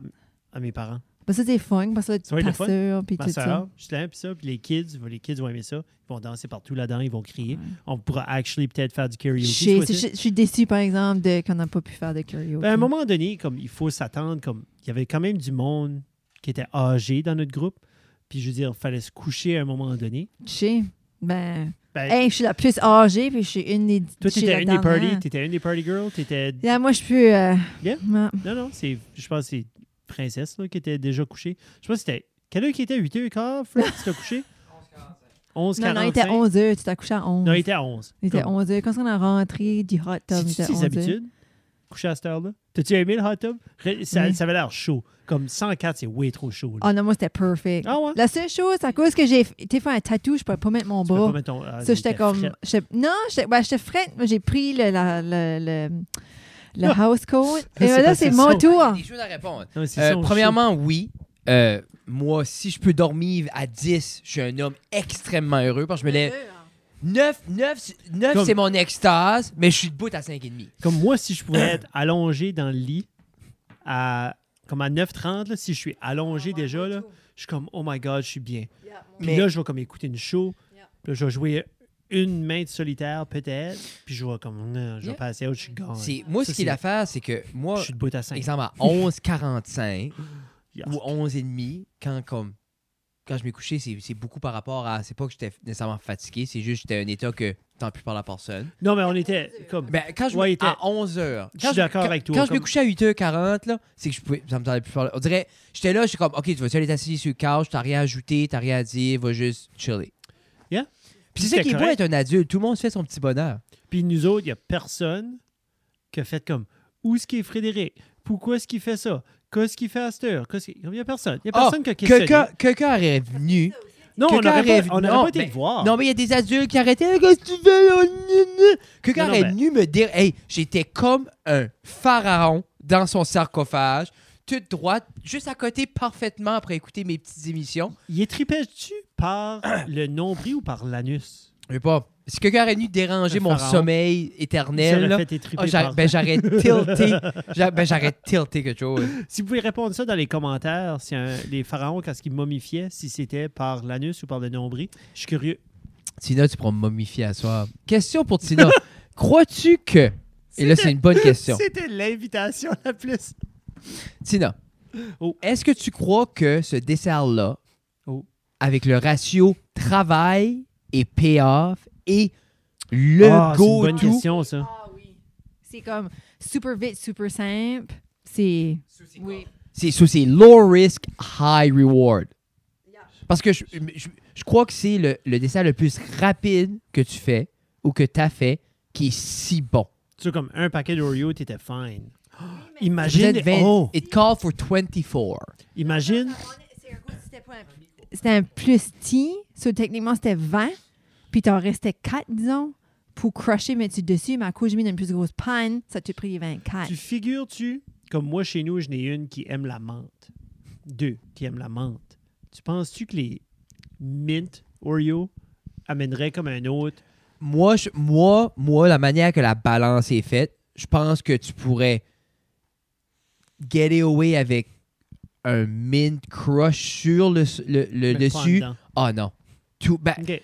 à mes parents. Ben ça, c'est fun. Parce que Ça va être ta le fun. sœur, puis Ma tout ça. soeur, je suis là, puis ça, puis les kids, les kids vont aimer ça. Ils vont danser partout là-dedans, ils vont crier. Ouais. On pourra actually peut-être faire du Je karaoke. ce suis- fois-ci. je je suis déçue, par exemple, de, qu'on n'a pas pu faire de karaoke. Ben, à un moment donné, comme il faut s'attendre, comme il y avait quand même du monde qui était âgé dans notre groupe. Puis je veux dire, il fallait se coucher à un moment donné. Je sais. Ben, Ben, hey, je suis la plus âgée, puis je suis une des. toi, je suis la t'étais une des dernière. party, t'étais une des party girls, t'étais. Yeah, moi, je peux. euh, Yeah. ouais. Non, non, c'est. Je pense que c'est Princesse là, qui était déjà couchée. Je pense que c'était. Quelle heure qui était 8h15, Fred, tu t'as couché? 11h45. Non, non, il était 11 h Tu t'as couché à 11. Non, il était à 11. Il était Comme, 11 h Quand on est rentré du hot tub, C'est-tu il était ses 11 heures. habitudes? Coucher à cette heure-là? T'as-tu aimé le hot tub? Ré- Ça, Oui. ça avait l'air chaud. Comme 104, c'est way trop chaud. là. Ah non, moi, c'était perfect. Ah ouais? La seule chose, à cause que j'ai été faire un tatou, je pouvais pas mettre mon Tu peux pas bras. mettre ton- ah, Ça, il j'étais était comme. frais. j'étais- Non, j'étais ben, j'étais frette. Moi, j'ai pris le, la- le, le, le house coat. Et C'est là, pas c'est Ah. ça, mon ça. tour. Des choses à répondre. Non, mais c'est Euh, son premièrement, oui. Euh, moi, si je peux dormir à 10, je suis un homme extrêmement heureux parce que je me lève. 9, 9, 9 Comme- c'est mon extase, mais je suis debout à 5,5. show. Comme moi, si je Euh. pouvais être allongé dans le lit à comme à 9h30, là, si je suis allongé déjà, là, je suis comme oh my god, je suis bien. Puis Mais- là, je vais comme écouter une show. Yeah. Puis là, je vais jouer une main de solitaire peut-être. Puis je vais comme non, je vais Yeah. passer à autre, je suis gone. C'est- Moi, Ça, ce qui est c'est- l'affaire, c'est que moi, Je suis debout à 5. exemple, à 11,45 Yeah. ou 11,5, quand comme. Quand je m'ai couché, c'est c'est beaucoup par rapport à. C'est pas que j'étais nécessairement fatigué, c'est juste que j'étais un état que tant plus par la personne. Non, mais on était comme Ben, quand je me- Ouais, il était- à 11h. Je suis d'accord avec toi, Quand je me comme- couchais à 8h40, là, c'est que je pouvais, ça me tendait plus fort. On dirait, j'étais là, j'étais comme, OK, tu vas-tu aller t'assis sur le couch, t'as rien à ajouter, t'as rien à dire, va juste chiller. Yeah. Puis c'est ça C'était qui est beau correct. être un adulte, tout le monde se fait son petit bonheur. Puis nous autres, il n'y a personne qui a fait comme Où est-ce qu'il est Frédéric Pourquoi est-ce qu'il fait ça Qu'est-ce qu'il fait à cette heure Qu'est-ce qu'il- Il n'y a personne. Il n'y a personne qui a questionné. Ah, Quelqu'un quelqu'un aurait venu. Non, on quelqu'un n'aurait aurait pas, venu- on aurait non, pas été mais- le voir. Non, mais il y a des adultes qui arrêtaient, Hey, qu'est-ce que tu fais là? Gna, gna. Quelqu'un Non, non, aurait mais- venu me dire, hey, j'étais comme un pharaon dans son sarcophage, toute droite, juste à côté parfaitement après écouter mes petites émissions. Il est tripé-tu par le nombril ou par l'anus Je sais pas. Si quelqu'un aurait venu déranger Un mon pharaon. sommeil Il éternel, aurait là, fait étriper ah, j'aurais- par- ben j'aurais tilté. J'a- ben j'aurais tilté quelque chose. Si vous pouvez répondre ça dans les commentaires, si un- les pharaons, quand ils momifiaient, si c'était par l'anus ou par le nombril, je suis curieux. Tina, tu pourras me momifier à soir. Question pour Tina. Crois-tu que. Et là, c'est une bonne question. C'était l'invitation la plus. Tina, Oh. est-ce que tu crois que ce dessert-là, Oh. avec le ratio travail et payoff et le Ah, c'est une bonne go-to. question, ça. Ah oui. C'est comme super vite, super simple. C'est. Oui. C'est so, c'est low risk, high reward. Parce que je, je- je crois que c'est le, le dessert le plus rapide que tu fais ou que tu as fait qui est si bon. Tu sais, comme un paquet d'Oreo, t'étais fine. Vous Imagine, êtes 20 oh, It called for 24. imagine, C'était un plus petit. So, techniquement, c'était 20. Puis t'en restais 4, disons, pour crusher, mettre du dessus. Mais à cause, j'ai mis une plus grosse panne. Ça t'a pris les 24. tu figures-tu, comme moi chez nous, je n'ai une qui aime la menthe, deux qui aiment la menthe. Tu penses-tu que les mint Oreo amènerait comme un autre. Moi, je- moi, moi, la manière que la balance est faite, je pense que tu pourrais get away avec un mint crush sur le, le- le mais pas en dessus. dedans. Ah non. Tout, ben, OK.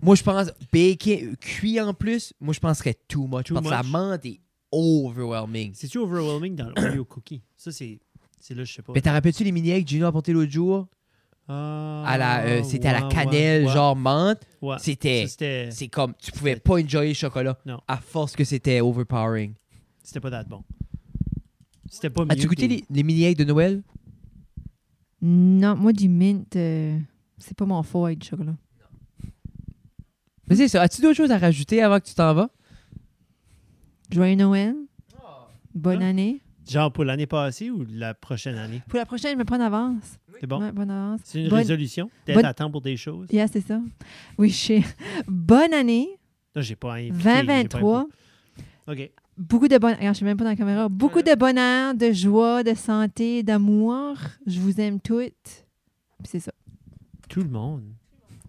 Moi, je pense, bacon, cuit en plus, moi, je penserais too much. Too parce que much. l'amande est overwhelming. C'est-tu overwhelming dans l'Oreo cookie? Ça, c'est. C'est là, je sais pas. Mais t'en rappelles-tu les mini que Gino a porté l'autre jour? Ah, À la, euh, c'était à la cannelle, genre menthe. genre. C'était, C'était c'est comme, tu pouvais pas enjoyer le chocolat. Non. À force que c'était overpowering. c'était pas that bon. C'était pas mieux. As-tu goûté que- les, les mini de Noël? Non, moi, du mint, euh, c'est pas mon fort avec du chocolat. Mais c'est ça. As-tu d'autres choses à rajouter avant que tu t'en vas? Joyeux Noël. Bonne Ah. année. Genre pour l'année passée ou la prochaine année? Pour la prochaine, je me prends d'avance. C'est bon? Ouais, bonne avance. C'est une Bonne- résolution? D'être bonne- à temps pour des choses? Yeah, c'est ça. Oui, je sais. Bonne année Là, j'ai pas impliqué, j'ai pas 2023. impliqué. OK. Beaucoup de bonheur. Regarde, je suis même pas dans la caméra. Beaucoup de bonheur, de joie, de santé, d'amour. Je vous aime toutes. Puis c'est ça. Tout le monde.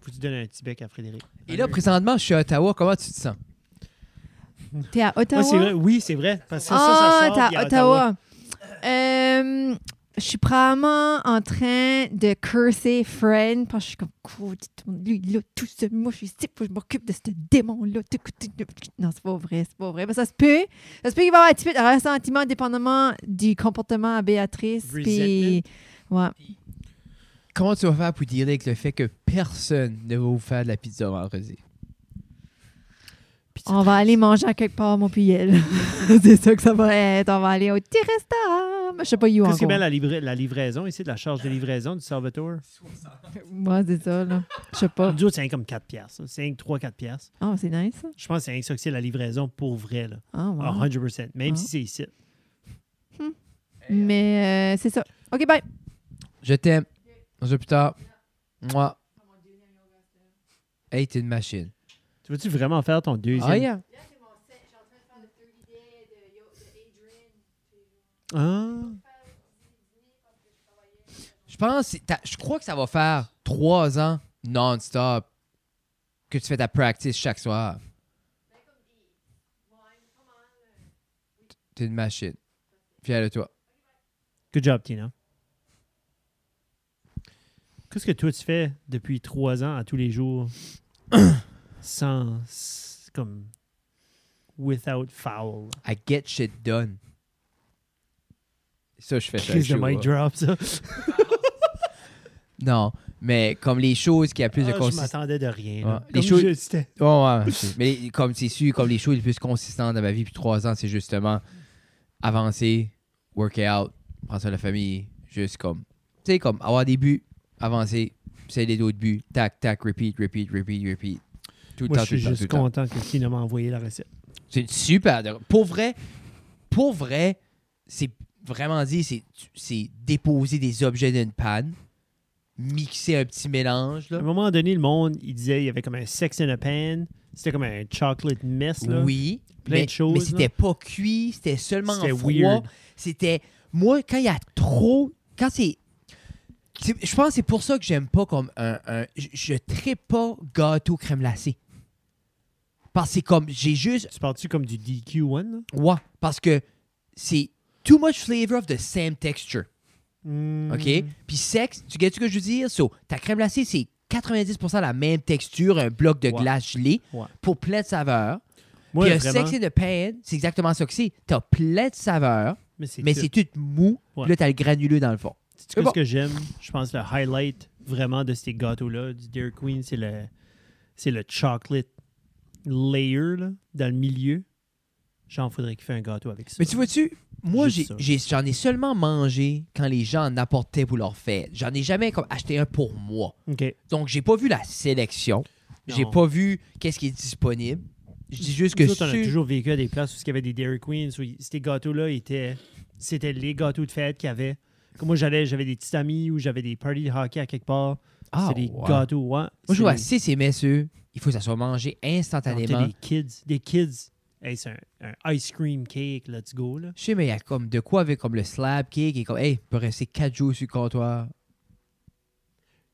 Faut-tu donner un petit bec à Frédéric? Et là, présentement, je suis à Ottawa. Comment tu te sens? T'es à Ouais, Ottawa? c'est vrai. Oui, c'est vrai. Parce que ça, ça, Ah, sort, t'es à puis à Ottawa. Euh, je suis probablement en train de curser Fred parce que je suis comme, Quoi, dis-donc, lui, là, tout seul, moi, je suis ici, faut que je m'occupe de ce démon-là. Tout- tout- tout- tout. Non, c'est pas vrai, c'est pas vrai. Mais ça se peut. Ça se peut qu'il va y avoir un petit peu de ressentiment dépendamment du comportement à Béatrice. Puis, ouais. Comment tu vas faire pour dealer avec le fait que personne ne va vous faire de la pizza vendredi? On va aller manger à quelque part, mon piel. c'est ça que ça va être. On va aller au petit restaurant. Je sais pas, you Qu'est-ce que encore. bien la, livra- la livraison ici, de la charge de livraison du Salvatore? Moi, c'est ça, là. Je sais pas. Du autres, c'est rien comme 4 piastres. hein. C'est rien que 3, 4 piastres. Oh, c'est nice. ça. Je pense que c'est rien que ça que c'est la livraison pour vrai, là. Ah, ouais. Ah, 100%. Même Ah. si c'est ici. Mais euh, c'est ça. OK, bye. Je t'aime. On se voit plus tard. Moi. Hey, t'es une machine. Tu veux-tu vraiment faire ton deuxième? Ah, yeah. Ah. Je pense, c'est ta- je crois que ça va faire trois ans non-stop que tu fais ta practice chaque soir. T'es une machine. Fier de toi. Good job, Tina. Qu'est-ce que toi, tu fais depuis 3 ans à tous les jours sans... s- comme... without foul? I get shit done. Ça, je fais ça. Crise de mic drop, ça. Non, mais comme les choses qui a plus Ah, de je consistance. m'attendais de rien. là. Ouais. Comme Les choses- je- c'était- Ouais, ouais, c'est- mais comme c'est sûr, comme les choses les plus consistantes dans ma vie depuis trois ans, c'est justement avancer, workout, prendre soin de la famille, juste comme, tu sais, comme avoir des buts, avancer, c'est les autres buts, tac, tac, repeat, repeat, repeat, repeat. Tout le Moi, temps, je suis tout le temps, tout juste le temps. content que Tina m'a envoyé la recette. C'est une super. de- Pour vrai, pour vrai, c'est vraiment dit, c'est- c'est déposer des objets d'une panne, mixer un petit mélange, À là. un moment donné, le monde, il disait, il y avait comme un sex in a pan. C'était comme un chocolate mess, là. Oui. Plein mais, de choses, Mais là. c'était pas cuit, c'était seulement C'était froid. weird. C'était. Moi, quand il y a trop. Quand c'est. c'est- Je pense que c'est pour ça que j'aime pas comme un. un- je- je tripe pas gâteau crème glacée. Parce que c'est comme. J'ai juste. Tu parles-tu comme du DQ1, là? Ouais. Parce que c'est too much flavor of the same texture. Hmm. OK? Mm. Puis sexe, tu gagnes ce que je veux dire? So, ta crème glacée, c'est 90% la même texture, un bloc de Ouais. glace gelée Ouais. pour plein de saveurs. Moi, Puis un vraiment, sexe et de pain, c'est exactement ça que c'est. T'as plein de saveurs, mais c'est mais tout. c'est tout mou. Ouais. Puis là, t'as le granuleux dans le fond. Sais-tu qu'est-ce bon. que j'aime? Je pense le highlight vraiment de ces gâteaux-là, du Dairy Queen, c'est le, c'est le chocolate layer, là, dans le milieu. Genre, faudrait qu'il fasse un gâteau avec ça. Mais tu vois-tu, moi, Juste j'ai- ça. j'ai- j'en ai, seulement mangé quand les gens en apportaient pour leur fête. J'en ai jamais comme, acheté un pour moi. OK. Donc, j'ai pas vu la sélection. J'ai Non. pas vu qu'est-ce qui est disponible. Je dis juste que Nous autres, on a ceux- toujours vécu à des places où il y avait des Dairy Queens, où il- ces gâteaux-là étaient. C'était les gâteaux de fête qu'il y avait. Comme moi, j'allais, j'avais des petits amis ou j'avais des parties de hockey à quelque part. Ah, c'était des ouais. gâteaux, ouais. Moi, je vois C'était assez ces messieurs. Il faut que ça soit mangé des- c'était instantanément. des kids. Des kids. Hey, c'est un, un ice cream cake, let's go, là. Je sais, mais il y a comme de quoi avec comme le slab cake et comme, hey, il peut rester 4 jours sur le comptoir.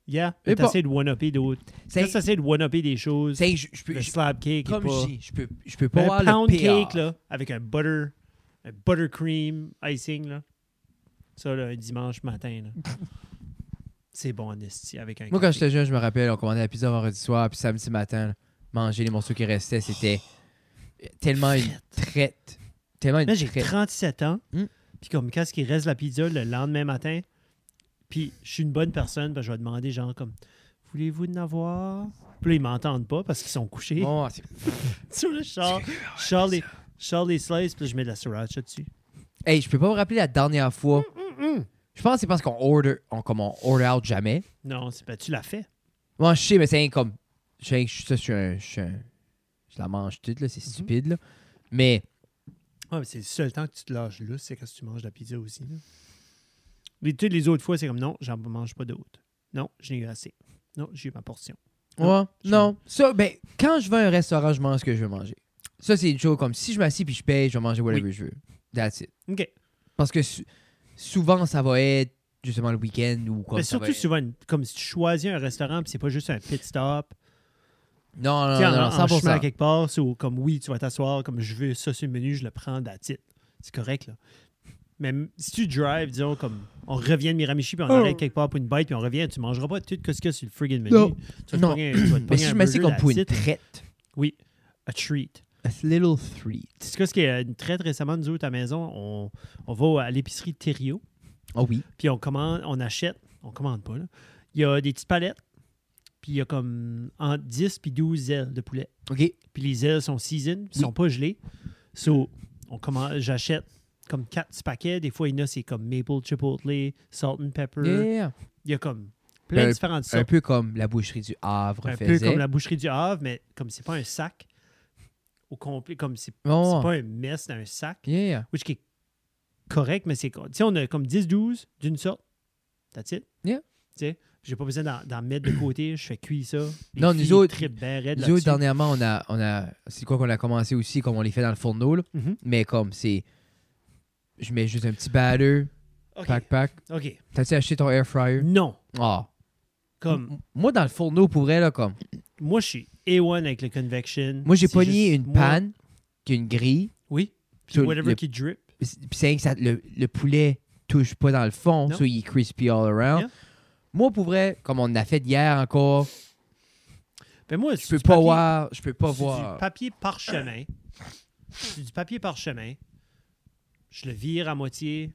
Il Yeah, Et mais pas- t'essaies de one-upper d'autres. C'est- T'essaies de one-upper des choses. C'est- je, je peux- Le je- slab cake est comme pas... je dis, je peux, je peux pas Ben, avoir un pound le PR. cake, là, avec un butter, un buttercream icing, là. Ça, là, un dimanche matin, là. C'est bon, en esti, avec un Moi, quand café. j'étais jeune, je me rappelle, on commandait la pizza vendredi soir, puis samedi matin, là, manger les morceaux qui restaient, c'était tellement une traite. Tellement une Là, j'ai traite. 37 ans, Hmm. puis comme quand ce qui reste de la pizza le lendemain matin, puis je suis une bonne personne, ben, je vais demander genre comme « Voulez-vous en avoir? » Puis là, ils m'entendent pas parce qu'ils sont couchés. Bon, c'est- Sur le char, je sors les- je sors les slices, puis là, je mets de la sriracha dessus. Hey, je peux pas me rappeler la dernière fois. Mm, Je pense que c'est parce qu'on order, on, comme on order out jamais. Non, c'est pas... Tu l'as fait. Moi, je sais, mais c'est comme. Je sais, je suis- je suis un. Je, suis un- je la mange toute, là, c'est Mhm. stupide, là. Mais Ouais, mais c'est le seul temps que tu te lâches là, c'est quand tu manges de la pizza aussi. là. Les, toutes les autres fois, c'est comme non, j'en mange pas d'autres. Non, j'ai eu assez. Non, j'ai eu ma portion. Non, Ouais, non. Ça, ben, quand je vais à un restaurant, je mange ce que je veux manger. Ça, c'est une chose comme si je m'assis puis je paye, je vais manger whatever je veux. That's it. OK. Parce que sou- souvent, ça va être justement le week-end ou quoi. mais ça va surtout, être- souvent, une- comme si tu choisis un restaurant, puis c'est pas juste un pit stop. Non, Tu non, sais, Ah, non, en, non, en 100%. chemin à quelque part, c'est au- comme oui, tu vas t'asseoir, comme je veux ça sur le menu, je le prends d'attitude. C'est correct, là. Mais m- si tu drives, disons, comme on revient de Miramichi, puis on arrête quelque part pour une bite, puis on revient, tu mangeras pas tout ce qu'il y a sur le friggin' menu. Non. Tu vas te Non. pogner un- tu vas te Mais pogner si un je m'assieds burger comme pour une that's it. traite, Oui, a treat. a little treat. C'est quoi ce qui est euh, très récemment, nous autres, à la maison, on, on va à l'épicerie Thériault, Oh oui. puis on commande, on achète, on commande pas, là. Il y a des petites palettes, puis il y a comme entre 10 puis 12 ailes de poulet. OK. Puis les ailes sont season, ils Oui. sont pas gelées. So, on commande, j'achète comme 4 petits paquets. Des fois, il y en a, c'est comme maple chipotle, salt and pepper. Yeah. Il y a comme plein de différentes Un sortes. peu comme la boucherie du Havre Un peu faisait. comme la boucherie du Havre, mais comme c'est pas un sac au complet, comme c'est Oh, c'est pas un mess dans un sac. Yeah. Which qui est correct, mais c'est. Tu sais, on a comme 10-12 d'une sorte. That's it. Yeah. Tu sais, j'ai pas besoin d'en, d'en mettre de côté. Je fais cuire ça. Les Non, nous filles autres- trippent bien raide Nous autres, là-dessus. dernièrement, on a, on a c'est quoi qu'on a commencé aussi, comme on les fait dans le fourneau, là. Mhm. mais comme c'est, je mets juste un petit batter, OK. pack pack. OK. T'as-tu acheté ton air fryer? Non. Ah. Comme, M- Moi, dans le fourneau, pour vrai, là, comme, moi, je suis A1 avec le convection. moi, j'ai C'est pogné juste une moi- panne, qui est une grille, Oui. Puis Sur whatever le- qui drip. puis c'est- puis c'est que ça, le, le poulet touche pas dans le fond, Non. so il est crispy all around. Yeah. Moi, pour vrai, comme on a fait hier encore, Ben, moi, je c'est peux du pas papier- voir, je peux pas c'est voir. du papier parchemin. c'est du papier parchemin. Je le vire à moitié.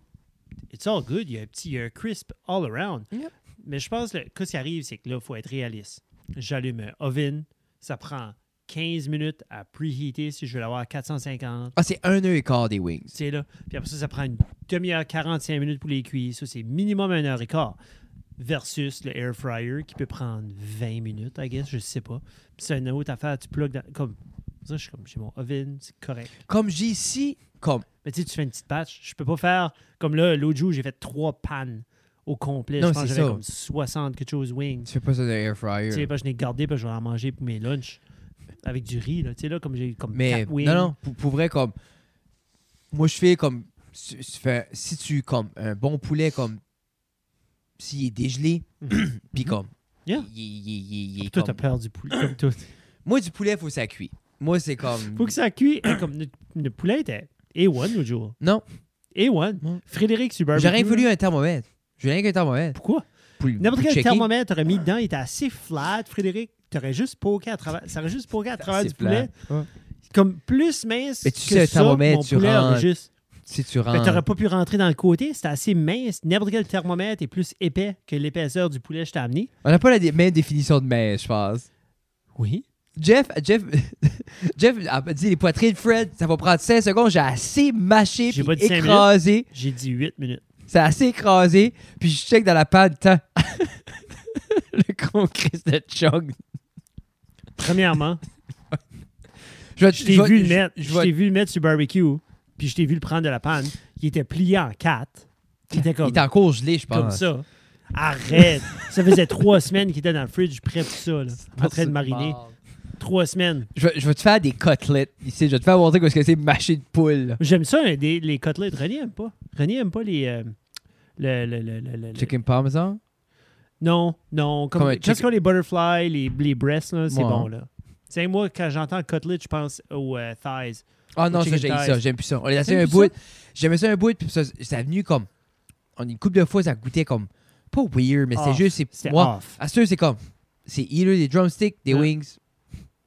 It's all good. Il y a un petit il y a un crisp all around. Yep. Mais je pense que le- que ce qui arrive, c'est que là, il faut être réaliste. J'allume un oven. Ça prend 15 minutes à preheater si je veux l'avoir à 450. Ah, c'est un œuf et quart des wings. C'est là. Puis après ça, ça prend une demi-heure, 45 minutes pour les cuire. Ça, c'est minimum une heure et quart. Versus le air fryer qui peut prendre 20 minutes, I guess, je sais pas. Puis c'est une autre affaire, tu plugues dans. Comme, ça, je suis comme chez mon oven, c'est correct. Comme j'ai ici, comme, Mais tu sais, tu fais une petite patch. Je peux pas faire. Comme là, l'autre jour, j'ai fait trois pannes au complet. Non, je pense que c'est j'avais ça. comme 60 quelque chose wings. tu fais pas ça dans l'air fryer. Tu sais, parce que je l'ai gardé, parce que je vais en manger pour mes lunchs. Avec du riz, là. Tu sais, là, comme j'ai comme Mais quatre wings. non, non, pour, pour vrai, comme. Moi, je fais comme. si- si fais- si tu. Comme un bon poulet, comme. S'il est dégelé, puis comme. Mhm. Yeah. il- il- il- il- il est Toi, t'as comme- peur du poulet, comme tout. Moi, du poulet, faut que ça cuit. Moi, c'est comme. faut que ça cuit. hein, comme le, le poulet était A1 l'autre jour. Non, A1. Ouais. Frédéric Suburban. j'aurais rien voulu un thermomètre. J'ai rien qu'un thermomètre. Pourquoi? Pour, N'importe pour quel checker. thermomètre t'aurais mis dedans, il était assez flat, Frédéric. T'aurais juste poké à travers. Ça aurait juste poké à travers C'est du plat. poulet. Comme plus mince. Mais tu que sais, un ça, thermomètre, mon tu poulet aurait rentres- juste. Si tu Ben, rentres. t'aurais pas pu rentrer dans le côté. C'était assez mince. N'importe quel thermomètre est plus épais que l'épaisseur du poulet que je t'ai amené. On n'a pas la dé- même définition de mets, je pense. Oui. Jeff, Jeff, Jeff a dit les poitrines, Fred, ça va prendre 5 secondes. J'ai assez mâché, J'ai puis pas dit cinq minutes. écrasé. J'ai dit 8 minutes. C'est assez écrasé. Puis je check dans la panne. tant. le con Christ de Chung. Premièrement, Je, vais- je je t'ai vais- vu le je- mettre. je Je vais- t'ai vu le mettre sur le barbecue. Puis je t'ai vu le prendre de la panne. Il était plié en quatre. Il était Il comme, est encore gelé, je pense. comme ça. Arrête! ça faisait trois semaines qu'il était dans le fridge prêt pour ça, là, en train de mariner. Trois semaines. Je vais, je vais te faire des côtelettes ici. Je vais te faire montrer ce que c'est mâché de poule. là. J'aime ça, hein, des- les côtelettes. René aime pas. René aime pas les. euh, le, le- le- le- le- le- Chicken parmesan. Non, non. Comme, Comme un quand chicken- on les butterflies, les, les breasts, là, c'est Ouais. bon. là. C'est moi, quand j'entends cutlet, je pense aux euh, thighs. Ah non, ça, Chicken j'ai thighs. ça. J'aime plus ça. On l'a fait T'aimes un plus bout. ça? J'aimais ça un bout, puis ça, ça a venu comme. On, une couple de fois, ça goûtait comme. Pas weird, mais c'est Off. juste. C'est, C'était moi, off. à ce c'est comme. C'est either des drumsticks, des Ouais. wings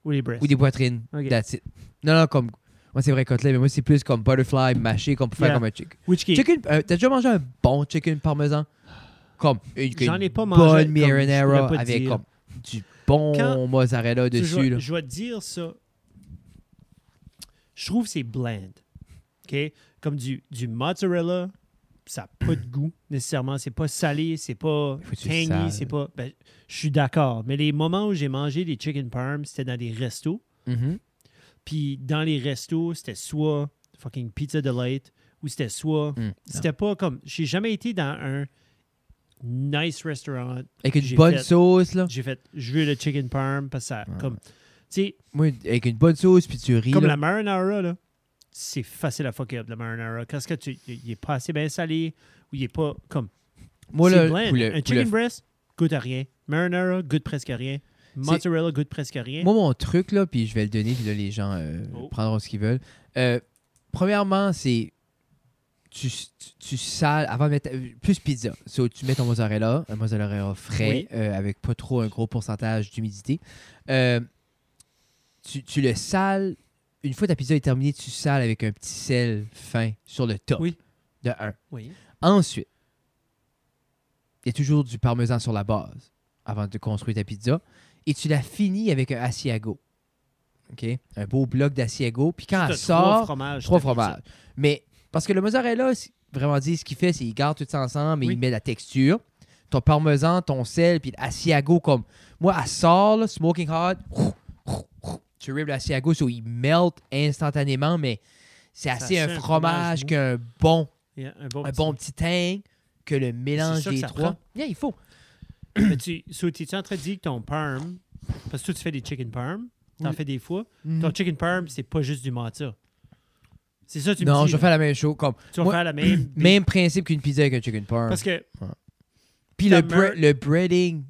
Ou les breasts. ou des poitrines. Ok. That's it. Non, non, comme. Moi, c'est vrai, côtelet, mais moi, c'est plus comme butterfly mâché, comme pour faire Yeah. comme un chicken. Which qui- chicken euh, T'as déjà mangé un bon chicken parmesan? Comme une, J'en une ai pas mangé, bonne comme je pourrais marinara pas te avec dire. comme du bon Quand- mozzarella Tu sais, dessus. Je, là. vais- je vais te dire ça. Je trouve que c'est bland. OK? Comme du, du mozzarella, ça n'a pas de goût nécessairement. C'est pas salé, c'est pas Faut que tu le tangy, sales. c'est pas. ben, je suis d'accord. Mais les moments où j'ai mangé des chicken parm, c'était dans des restos. Mhm. Puis dans les restos, c'était soit fucking pizza delight ou c'était soit. Mm. C'était pas comme. J'ai jamais été dans un nice restaurant. Avec une J'ai bonne fait- sauce, là. J'ai fait, je veux le chicken parm parce que ça. Ouais. Comme, tu sais, Moi, avec une bonne sauce, puis tu ris. Comme là. la marinara, là, c'est facile à fuck up, la marinara. Quand ce que tu, il est pas assez bien salé ou il est pas comme. Moi, c'est là, bland. poulet- un chicken poulet- breast goûte à rien. Marinara goûte presque à rien. Mozzarella goûte presque à rien. Moi, mon truc, là, puis je vais le donner, puis là, les gens euh, Oh. prendront ce qu'ils veulent. Euh, premièrement, c'est. Tu, tu, tu sales avant de mettre. euh, Plus pizza. So, tu mets ton mozzarella, un mozzarella frais, Oui. euh, avec pas trop un gros pourcentage d'humidité. Euh, tu, tu le sales. Une fois ta pizza est terminée, tu sales avec un petit sel fin sur le top. Oui. De un. Oui. Ensuite, il y a toujours du parmesan sur la base avant de construire ta pizza. Et tu la finis avec un Asiago. OK? Un beau bloc d'Asiago. Puis quand T'as elle trois sort, fromages. trois t'as fait ça. fromages. Mais parce que le mozzarella, c'est- vraiment dit, ce qu'il fait, c'est qu'il garde tout ça ensemble et Oui. il met la texture. Ton parmesan, ton sel, puis l'Asiago, comme moi, elle sort, là, smoking hot. Tu ribes l'Asiago, so il melt instantanément, mais c'est assez fait un un fromage fromage mou. qu'un bon Il y a un bon un petit- bon petit tang, que le mélange sûr que des ça trois. prend. Yeah, il faut. Mais tu, es en train de dire que ton parm, parce que toi, tu fais des chicken parm, t'en Oui. Mm. fais des fois. Hmm. Ton chicken parm, c'est pas juste du matcha. C'est ça, tu me Non, dis, je vais là. faire la même chose. Comme, Tu vas moi- faire la même. même principe qu'une pizza avec un chicken parm. Parce que, Puis le, ta bre- mère- le breading,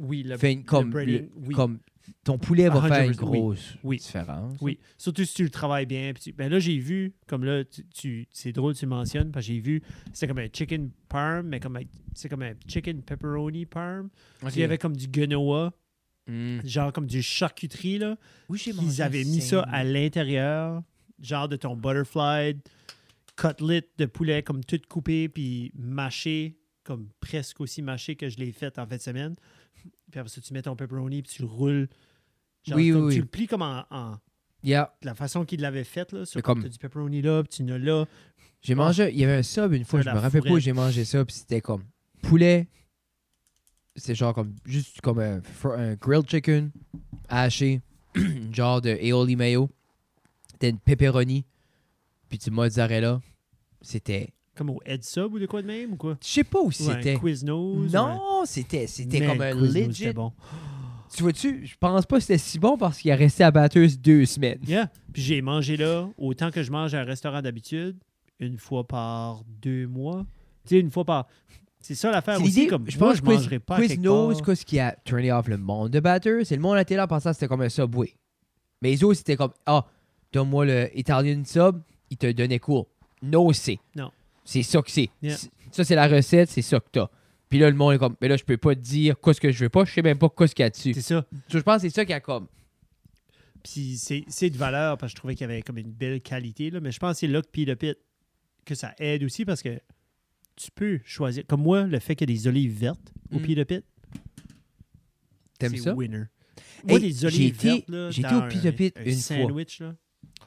oui, le, fait une- comme, le breading, oui. Ah, comme ton poulet va 100%, faire une oui. grosse Oui. différence. Oui, surtout si tu le travailles bien. puis tu- ben là, j'ai vu, comme là, tu, tu- c'est drôle que tu le mentionnes, parce que j'ai vu, c'était comme un chicken parm, mais comme un- c'est comme un chicken pepperoni parm. Ok. Puis il y avait comme du quinoa, Mm. genre comme du charcuterie, là. Oui, j'ai mangé Ils avaient mis ça à l'intérieur, genre de ton butterfly, cutlet de poulet, comme tout coupé, puis mâché, comme presque aussi mâché que je l'ai fait en fin de semaine. Puis après ça, tu mets ton pepperoni, puis tu le roules. Genre, Oui, comme oui, tu oui. le plies comme en- en Yeah. de la façon qu'il l'avait faite, là, sur Mais comme- comme... t'as du pepperoni là, puis tu n'as là. J'ai Ah. mangé, il y avait un sub une fois, De je la me rappelle pas où fourrette. j'ai mangé ça, puis c'était comme poulet, c'est genre comme, juste comme un, fr- un grilled chicken haché, une genre de aioli mayo, c'était une pepperoni, puis du mozzarella, c'était, Comme au Ed Sub ou de quoi de même ou quoi? je sais pas où Ou un c'était. Quiznos. ou un- Non, c'était c'était Mais comme un Quiznos, legit. c'était bon. Tu vois-tu, je pense pas que c'était si bon parce qu'il a resté à batteuse deux semaines. Yeah. Puis j'ai mangé là autant que je mange à un restaurant d'habitude, une fois par deux mois. Tu sais, une fois par. C'est ça l'affaire C'est aussi. l'idée, Comme, je moi, pense je que Quiz- mangerai pas à quelque Quiznos, part. quoi, ce qui a turné off le monde de batteurs, c'est le monde était là en pensant que c'était comme un subway. Mais les autres, c'était comme Ah, donne-moi le Italian sub, il te donnait court. No, c'est. Non. C'est ça que c'est. Yeah. C'est- Ça, c'est la recette, c'est ça que t'as. Puis là, le monde est comme Mais là, je peux pas te dire quoi ce que je veux pas, je sais même pas quoi ce qu'il y a dessus. C'est ça. Je pense que c'est ça qui a comme. Puis c'est c'est de valeur parce que je trouvais qu'il y avait comme une belle qualité. Là. Mais je pense que c'est là que Pete Pit que ça aide aussi parce que tu peux choisir. Comme moi, le fait qu'il y a des olives vertes au Mm. Pete Pit, T'aimes C'est ça? winner. Moi, les j'ai olives été- vertes, là, j'ai été dans au Pizza un- Pit un une fois. sandwich, là.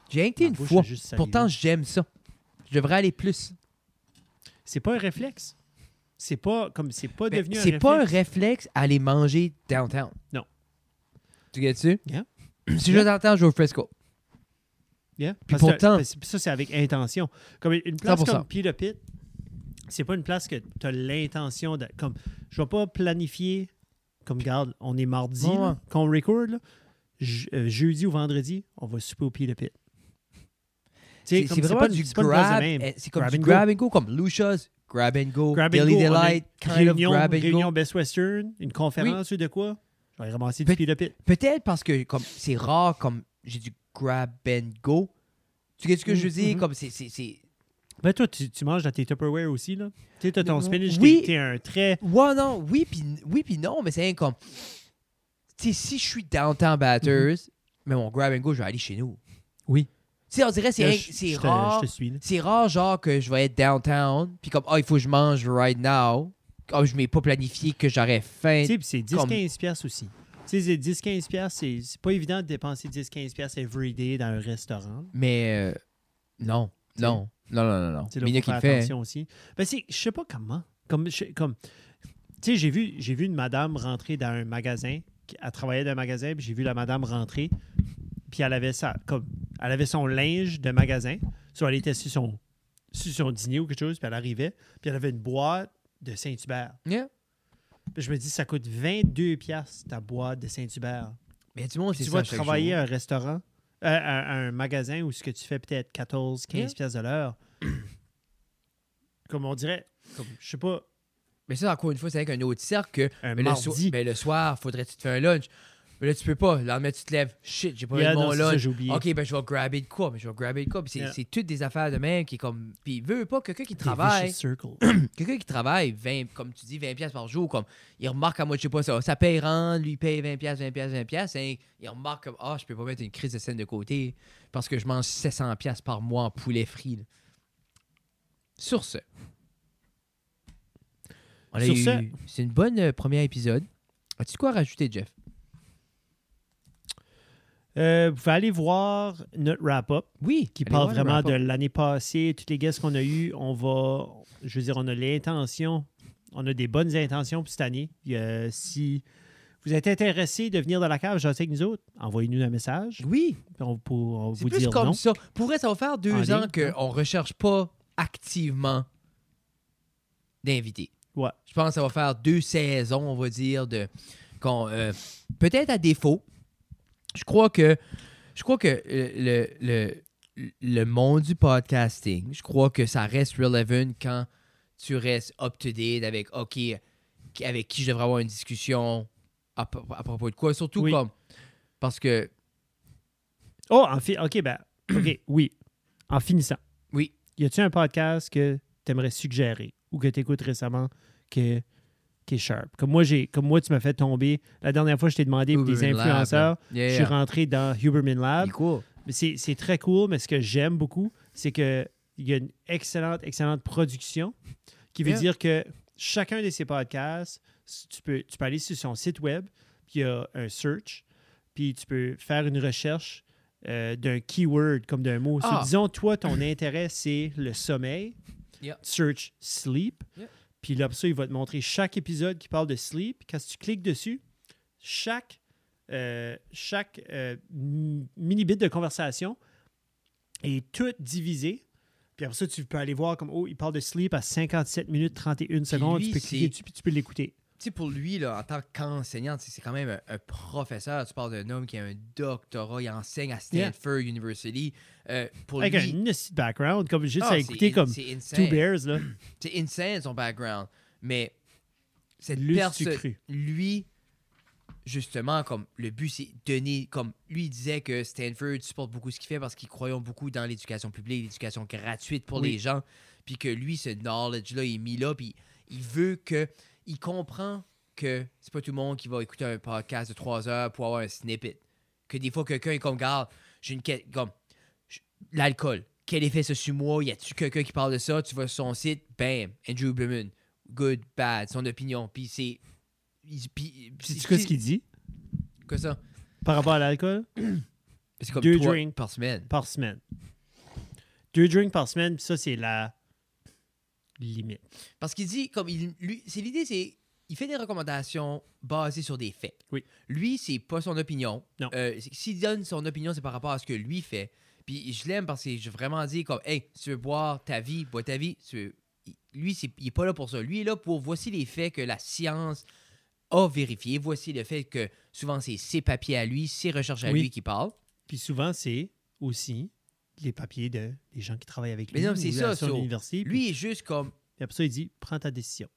J'ai été Ma une bouche fois. a juste salivé. Pourtant, j'aime ça. Je devrais aller plus. c'est pas un réflexe. C'est pas comme c'est pas Mais devenu un Ben, C'est pas un réflexe. réflexe à aller manger downtown. Non. Tu gagnes dessus? Yeah. Si Yeah. je downtown, je vais au Fresco. Yeah. Puis Parce que- pourtant- parce que ça c'est avec intention. Comme une- une place 100%. comme Pizza Pit, c'est pas une place que tu as l'intention de comme je vais pas planifier comme garde, on est mardi Ouais, là, ouais. qu'on record là. Je- euh, jeudi ou vendredi, on va souper au Pizza Pit. Tu sais, C'est comme c'est pas vraiment une- du c'est pas une place de grab. même. eh, C'est comme Grab du and go. grab and go, comme Lucia's, Grab and Go, Grab and Daily go, on a Delight, une Kind réunion, of Grab and réunion Go. Best Western, une conférence ou de quoi? Je vais ramasser Pe- du pied pit. Peut-être parce que comme c'est rare, comme j'ai du Grab and Go. Tu sais ce que je Mhm, veux dire? mhm. Comme c'est- c'est- c'est. Ben toi, tu, tu manges dans tes Tupperware aussi, là. Tu sais, t'as ton Oui. spinach, t'es- Oui. t'es un très... Ouais, non, oui, puis oui, puis non, mais c'est comme. Tu sais, si je suis downtown Batters, mais mon grab and go, je vais aller chez nous. Mm-hmm. Oui. Tu sais, on dirait, c'est, Là, un- je- c'est je te- rare. Je te suis, là. C'est rare, genre, que je vais être downtown, puis comme, oh, il faut que je mange right now. Comme je m'ai pas planifié que j'aurais faim. Tu sais, puis c'est Comme- 10-15 piastres aussi. Tu sais, c'est 10-15 piastres, c'est c'est pas évident de dépenser 10-15 piastres every day dans un restaurant. Mais euh, non, non, non, non, non, non. C'est Mais il y en a faut qui le faire fait. attention aussi. Ben, c'est- je sais pas comment. Comme, je- comme, tu sais, j'ai vu, j'ai vu une madame rentrer dans un magasin. qui- Elle travaillait dans un magasin, puis j'ai vu la madame rentrer. Puis elle avait ça, comme, elle avait son linge de magasin. Soit elle était sur son, sur son dîner ou quelque chose, puis elle arrivait. Puis elle avait une boîte de Saint-Hubert. Yeah. Puis je me dis, ça coûte 22 piastres ta boîte de Saint-Hubert. Mais du monde, Puis c'est tu ça. vas chaque travailler jour. à un restaurant, euh, à, à un magasin où ce que tu fais peut-être 14, 15 Yeah. pièces de l'heure. comme on dirait, comme, je sais pas, Mais ça, encore une fois, c'est avec un autre cercle que un mais le, so- mardi. mais le soir, ben, faudrait-tu te faire un lunch. Mais là, tu peux pas. Le lendemain, tu te lèves. Shit, j'ai pas Yeah, eu non, mon c'est ça, lunch. j'ai oublié. Ok, ben je vais grabber de quoi? Mais je vais grabber de quoi? Puis c'est Yeah. c'est toutes des affaires de même qui est comme. Puis il veut pas quelqu'un qui Des travaille. vicious circles. Quelqu'un qui travaille 20, comme tu dis, 20$ piastres par jour, comme il remarque à moi, je sais pas ça. Ça paye rendre, lui paye 20$, 20$, 20$. piastres, hein. il remarque comme Ah, je peux pas mettre une crise de scène de côté parce que je mange 700$ piastres par mois en poulet frit. là. Sur ce. On a Sur eu- ce. C'est une bonne euh, premier épisode. As-tu quoi à rajouter, Jeff? Euh, vous pouvez aller voir notre wrap-up Oui. qui parle vraiment de l'année passée, toutes les guests qu'on a eues. On va, je veux dire, on a l'intention, on a des bonnes intentions pour cette année. Puis, euh, si vous êtes intéressé de venir dans la cave, j'en sais avec nous autres, envoyez-nous un message. Oui. Puis on, pour, on va C'est vous plus dire comme non. ça. Pourrait ça va faire deux En ans ligne, hein. qu'on ne recherche pas activement d'invités. Ouais. Je pense que ça va faire deux saisons, on va dire, de qu'on, euh, peut-être à défaut. Je crois que je crois que euh, le, le, le monde du podcasting, je crois que ça reste relevant quand tu restes up-to-date avec OK, qui- avec qui je devrais avoir une discussion à, pro- à propos de quoi. Surtout Oui. comme parce que Oh, en fi- OK, ben, OK, oui. En finissant. Oui. Y a-tu un podcast que t'aimerais suggérer ou que t'écoutes récemment que qui est sharp? Comme moi, j'ai, comme moi, tu m'as fait tomber. La dernière fois, je t'ai demandé pour des Huberman Lab, influenceurs. yeah, Je suis yeah. rentré dans Huberman Lab. Il court. Mais C'est, c'est très cool, mais ce que j'aime beaucoup, c'est que il y a une excellente, excellente production qui veut Yeah. dire que chacun de ces podcasts, s- tu peux, tu peux aller sur son site web, puis il y a un search, puis tu peux faire une recherche euh, d'un keyword, comme d'un mot. So, Ah. disons, toi, ton intérêt, c'est le sommeil. Yeah. Search sleep. Yeah. Puis là, pour ça, il va te montrer chaque épisode qui parle de sleep. Quand tu cliques dessus, chaque, euh, chaque euh, m- mini-bit de conversation est tout divisé. Puis après ça, tu peux aller voir comme, oh, il parle de sleep à 57 minutes 31 secondes. lui, tu peux cliquer c'est- dessus, puis tu peux l'écouter. tu sais, pour lui, là, en tant qu'enseignant, tu sais, c'est quand même un, un professeur. Tu parles d'un homme qui a un doctorat, il enseigne à Stanford University. Euh, pour Avec lui, un nasty background, comme juste Ah, à c'est écouter in- comme c'est Two insane. Bears, là. C'est insane son background. Mais cette Lui, c'est personne, cru. lui, justement, comme le but, c'est donner, comme lui il disait que Stanford supporte beaucoup ce qu'il fait parce qu'ils croient beaucoup dans l'éducation publique, l'éducation gratuite pour Oui. les gens, puis que lui, ce knowledge-là, il est mis là, puis il veut que, il comprend que c'est pas tout le monde qui va écouter un podcast de trois heures pour avoir un snippet. Que des fois, quelqu'un est comme, garde, j'ai une quête, comme, je- l'alcool, quel effet ça sur moi, y a-tu quelqu'un qui parle de ça, tu vas sur son site, bam, Andrew Blumen, good, bad, son opinion, puis c'est... il- Puis, Puis tu sais ce qu'il dit Quoi ça? par rapport à l'alcool C'est comme Deux trois drinks. par semaine. par semaine. Deux drinks par semaine, puis ça, c'est la limite. Parce qu'il dit, comme il, lui, c'est l'idée, c'est il fait des recommandations basées sur des faits. Oui. Lui, c'est pas son opinion. Non. Euh, c'est- S'il donne son opinion, c'est par rapport à ce que lui fait. Puis je l'aime parce que je vraiment dit comme, hey, si tu veux boire ta vie, bois ta vie. Tu veux- il- Lui, c'est, il est pas là pour ça. Lui est là pour voici les faits que la science a vérifiés. Voici le fait que souvent c'est ses papiers à lui, ses recherches à Oui. lui qui parlent. Puis souvent, c'est aussi les papiers de, des gens qui travaillent avec Mais lui. non, c'est ou ça, sur so- l'université. puis Lui est juste comme Et après ça, il dit prends ta décision.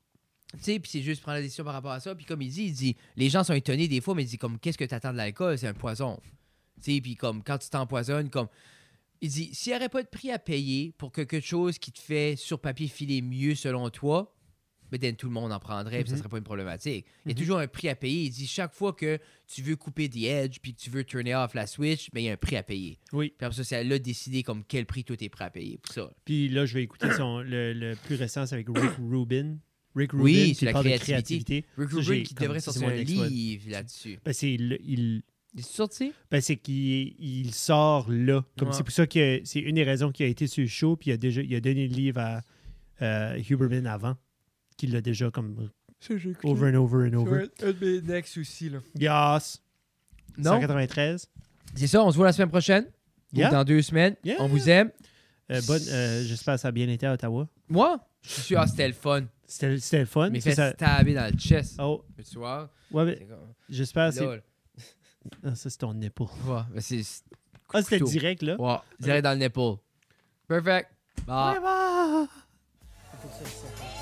Tu sais, puis c'est juste prendre la décision par rapport à ça. Puis comme il dit, il dit, les gens sont étonnés des fois, mais il dit comme, qu'est-ce que t'attends de l'alcool? C'est un poison. Tu sais, puis comme, quand tu t'empoisonnes, comme... Il dit, s'il n'y aurait pas de prix à payer pour que quelque chose qui te fait sur papier filer mieux selon toi, ben then tout le monde en prendrait, puis ça Mhm. serait pas une problématique. Il y a Mhm. toujours un prix à payer. Il dit, chaque fois que tu veux couper The Edge, puis que tu veux turner off la Switch, ben il y a un prix à payer. Oui. Puis après ça, c'est à là de décider comme quel prix toi t'es prêt à payer pour ça. Puis là, je vais écouter son, le, le plus récent, c'est avec Rick Rubin. Rick Rubin, Oui, qui c'est la parle de créativité. créativité. Rick Ça, Rubin j'ai qui comme- devrait c'est sortir mon un exploit. livre là-dessus. Ben, c'est le- il, Il est sorti? ben, c'est qu'il il sort là. Comme Ouais. c'est pour ça que c'est une des raisons qu'il a été sur le show, puis il a déjà il a donné le livre à euh, Huberman avant, qu'il l'a déjà comme Ça, j'ai over and over and over. un de mes next aussi, là. Yes. Non, 193. c'est ça, on se voit la semaine prochaine. Ou Yeah. dans deux semaines. Yeah, On vous aime. Euh, bonne, euh, j'espère que ça a bien été à Ottawa. Moi, je suis sûr, ah, c'était le fun. C'était, c'était le fun. Mais c'est fait ça. stabber dans le chest. Oh, Tu vois? ouais, mais C'est comme- j'espère que c'est. Là, Ah, ça, c'est ton épaule. ouais, mais c'est. c'est- Ah, c'était couteau. direct, là. Ouais, direct dans le nipple. Perfect. Bye. Bye bye. Écoute ça, ça.